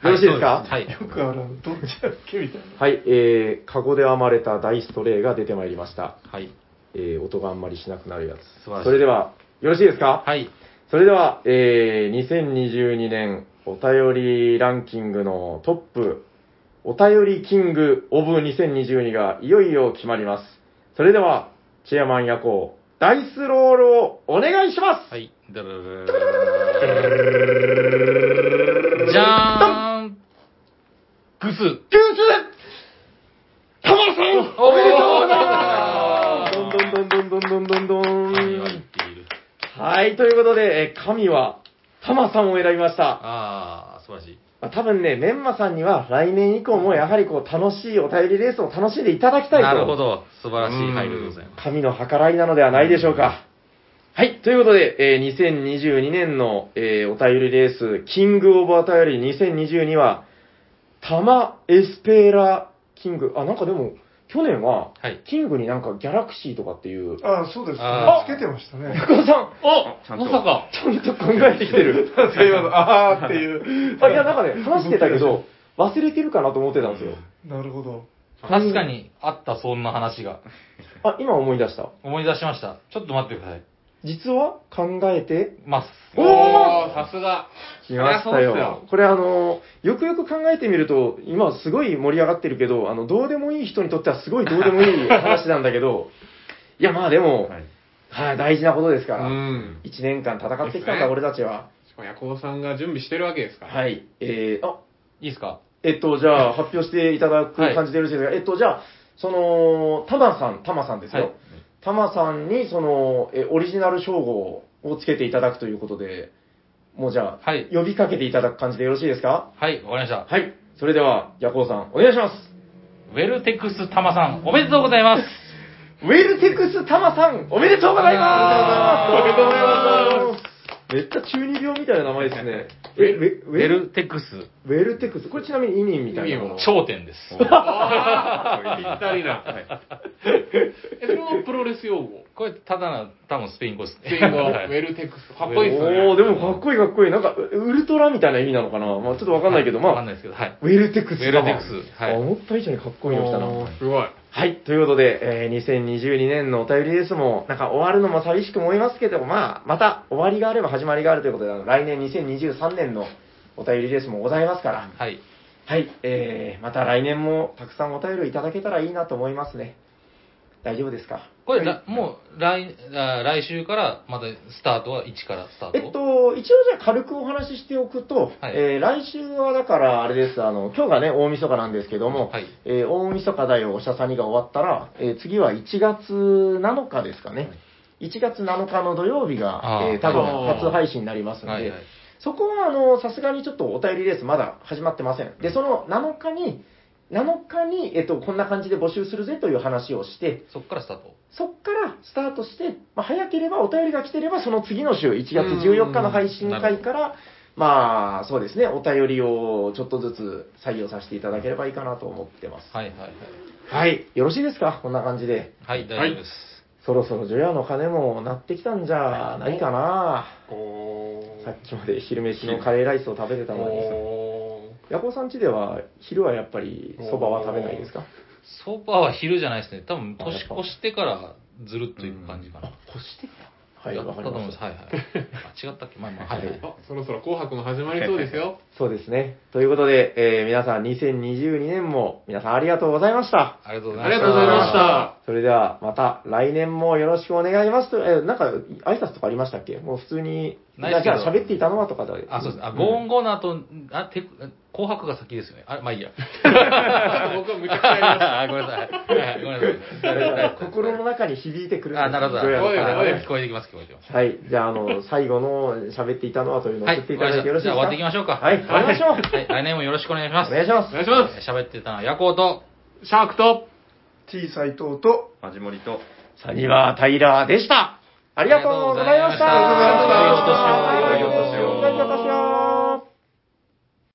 S5: は
S4: よろしいですか
S5: はい。
S3: よくある、どっちだっけみたいな。
S4: はい、えー、カゴで編まれたダイストレイが出てまいりました。
S5: はい。
S4: えー、音があんまりしなくなるや
S5: 素晴らし
S4: つ。
S5: い
S4: それでは、よろしいですか
S5: はい。
S4: それでは、えー、2022年お便りランキングのトップ、お便りキングオブ2022がいよいよ決まります。それでは、チェアマン夜行、ダイスロールをお願いします、
S5: はい。だらららじゃーん偶数
S4: ジュースタマさんおめでとうございます
S5: おー
S4: どんどんどんどんどんどんどんど
S5: 神は言っ
S4: ん。
S5: ている。
S4: はい、ということで、えー神は、タマさんを選びました。
S5: ああ、素晴らしい。
S4: まあ、多分ね、メンマさんには来年以降もやはりこう楽しいお便りレースを楽しんでいただきたいと。
S5: なるほ。ど。素晴らしい配慮でございます。
S4: 神の計らいなのではないでしょうか。はい。ということで、えー2022年の、えーお便りレース、キングオブお便り2022は、タマ・エスペーラ・キング。あ、なんかでも、去年は、
S5: はい
S4: キングになんかギャラクシーとかっていう、
S3: ああ、そうですね
S5: あ。
S3: つけてましたね。
S4: 高尾さん、
S1: ちゃ
S2: お
S1: んと
S2: まさか
S4: ちゃんと考えてきてる。
S3: なんか今の、 あーっていう。
S4: あいや、なんかね、話してたけど、忘れてるかなと思ってたんですよ。
S3: なるほど。
S5: 確かにあった、そんな話が。
S4: あ、今思い出した。
S5: 思い出しました。ちょっと待ってください。
S4: 実は考えて
S5: ます。
S4: お
S2: おーさすが
S4: きました
S2: そりゃそうっす
S4: よ
S2: よ。
S4: これあの、よくよく考えてみると、今すごい盛り上がってるけど、あの、どうでもいい人にとってはすごいどうでもいい話なんだけ ど、いやまあでも、はい、
S1: い。
S4: 大事なことですか
S2: う
S4: ら、
S2: ん。
S4: 1年間戦ってきたん
S2: ですね
S4: だ、俺たちは。
S2: しかも、ヤコウさんが準備してるわけですから。
S4: はい。えー、あ、
S5: いいですか
S4: えっと、じゃあ発表していただく
S5: はい
S4: 感じでよろしいですか、えっと、じゃあ、その、タマさん、タマさんです
S5: はい
S4: よ。タマさんに、その、え、オリジナル称号をつけていただくということで、もうじゃあ、
S5: はい
S4: 呼びかけていただく感じでよろしいですか
S5: はい、わかりました。
S4: はい。それでは、ヤコウさん、お願いします。
S5: ウェルテックスタマさん、おめでとうございます。
S4: ウェルテックスタマさん、おめでとうございます
S5: おめでとうございます
S4: すめっちゃ中二病みたいな名前ですね。ウェル、
S5: ウ
S4: ウェ
S5: ェ
S4: ル、
S5: ルテックス、
S4: ウェルテックス。これちなみに意味みたいなもの。
S5: 頂点です。
S2: あーぴったりな。え、それはプロレス用語。
S5: これ、ただの、多分スペイン語ですね。
S2: スペイン語、ウ
S5: はい
S2: ェルテクスト。かっこいいっすよ
S4: おー
S2: ね。
S4: でもかっこいいかっこいい。なんか、ウルトラみたいな意味なのかなまあちょっとわかんないけど、
S5: わか
S4: ま
S5: ん
S4: あ、
S5: ないですけど、はい。
S4: ウェルテクスかな
S5: ウェルテクスはい
S4: あ思った以上にかっこいいの来たな。
S2: おーすごい。
S4: はい。ということで、えー2022年のお便りですも、なんか終わるのも寂しく思いますけど、まあ、また終わりがあれば始まりがあるということで、あの来年2023年のお便りですもございますから、
S5: はい。
S4: はい。えー、また来年もたくさんお便りいただけたらいいなと思いますね。大丈夫ですか
S5: これ、らもう来、あ来週から、またスタートは1からスタート。
S4: えっと、一応じゃあ軽くお話ししておくと、
S5: はい
S4: えー来週はだからあれです、あの、今日がね、大晦日なんですけども、
S5: はい
S4: えー大晦日だよ、おしゃさにが終わったら、えー次は1月7日ですかね。1月7日の土曜日が
S5: あ、ー
S4: えー多分
S2: あー
S4: 初配信になりますので、
S5: はいはい。
S4: そこはあの、さすがにちょっとお便りレースまだ始まってません。で、その7日に、7日に、えっと、こんな感じで募集するぜという話をして、
S5: そこからスタート。
S4: そっからスタートして、まあ、早ければお便りが来てれば、その次の週、1月14日の配信会から、まあ、そうですね、お便りをちょっとずつ採用させていただければいいかなと思ってます。
S5: はいはいはい。
S4: はい。よろしいですかこんな感じで。
S5: はい、大丈夫です。
S4: そろそろジョヤの鐘も鳴ってきたんじゃないかな。
S2: おー
S4: さっきまで昼飯のカレーライスを食べてたのに。
S2: お
S4: ヤコウさん家では、昼はやっぱりそばは食べないですか
S5: そばは昼じゃないですね。多分、年越してからずるっといく感じかな。
S4: 干してはい、
S5: やっ
S4: わ
S5: た
S4: か
S5: と
S4: り
S5: 思い
S4: ま
S5: ま
S4: し
S5: す。
S4: た。
S5: はいはい。あ、違ったっけまあまあ、はいはい。
S2: ーあそろそろ紅白も始まりそうですよ。
S4: そうですね。ということで、えー皆さん2022年も皆さんありがとうございました。
S5: ありがとうございました。
S2: ありがとうございました。
S4: それではまた来年もよろしくお願いしますと、えーなんか挨拶とかありましたっけもう普通に、
S5: ないです
S4: じ
S5: け
S4: ゃ
S5: ど
S4: あ喋っていたのはとかで。
S5: あ、そうです。あ、ゴーンゴーの後、あ、て、紅白が先ですよね。あ、まあいいや。
S2: 僕は無茶苦茶やりまし
S5: あ、ごめんなさい。はいごめん
S4: だか
S5: な
S4: ら
S5: さい。
S4: 心の中に響いてくるんです
S5: あ、なるほど。
S4: どうやら
S2: おいおい
S5: 聞こえてきます、聞こえてきます。
S4: はい。じゃあ、あの、最後の喋っていたのはというのを
S5: はい、
S4: 送っていただいてよろしい
S5: じ
S4: で
S5: ゃあ終わ
S4: すか、
S5: っていきましょうか。
S4: はい終わりましょう
S5: はい、来年もよろしくお願いします。
S4: お願いしま
S2: た。お
S4: す。
S2: 願いします。
S5: す。喋ってたのはヤコウと、
S2: シャークと、
S3: T 斎藤と、
S1: マジモリと
S4: サニバー・タイラーでした。ありがとうございました。
S5: ありがとうございました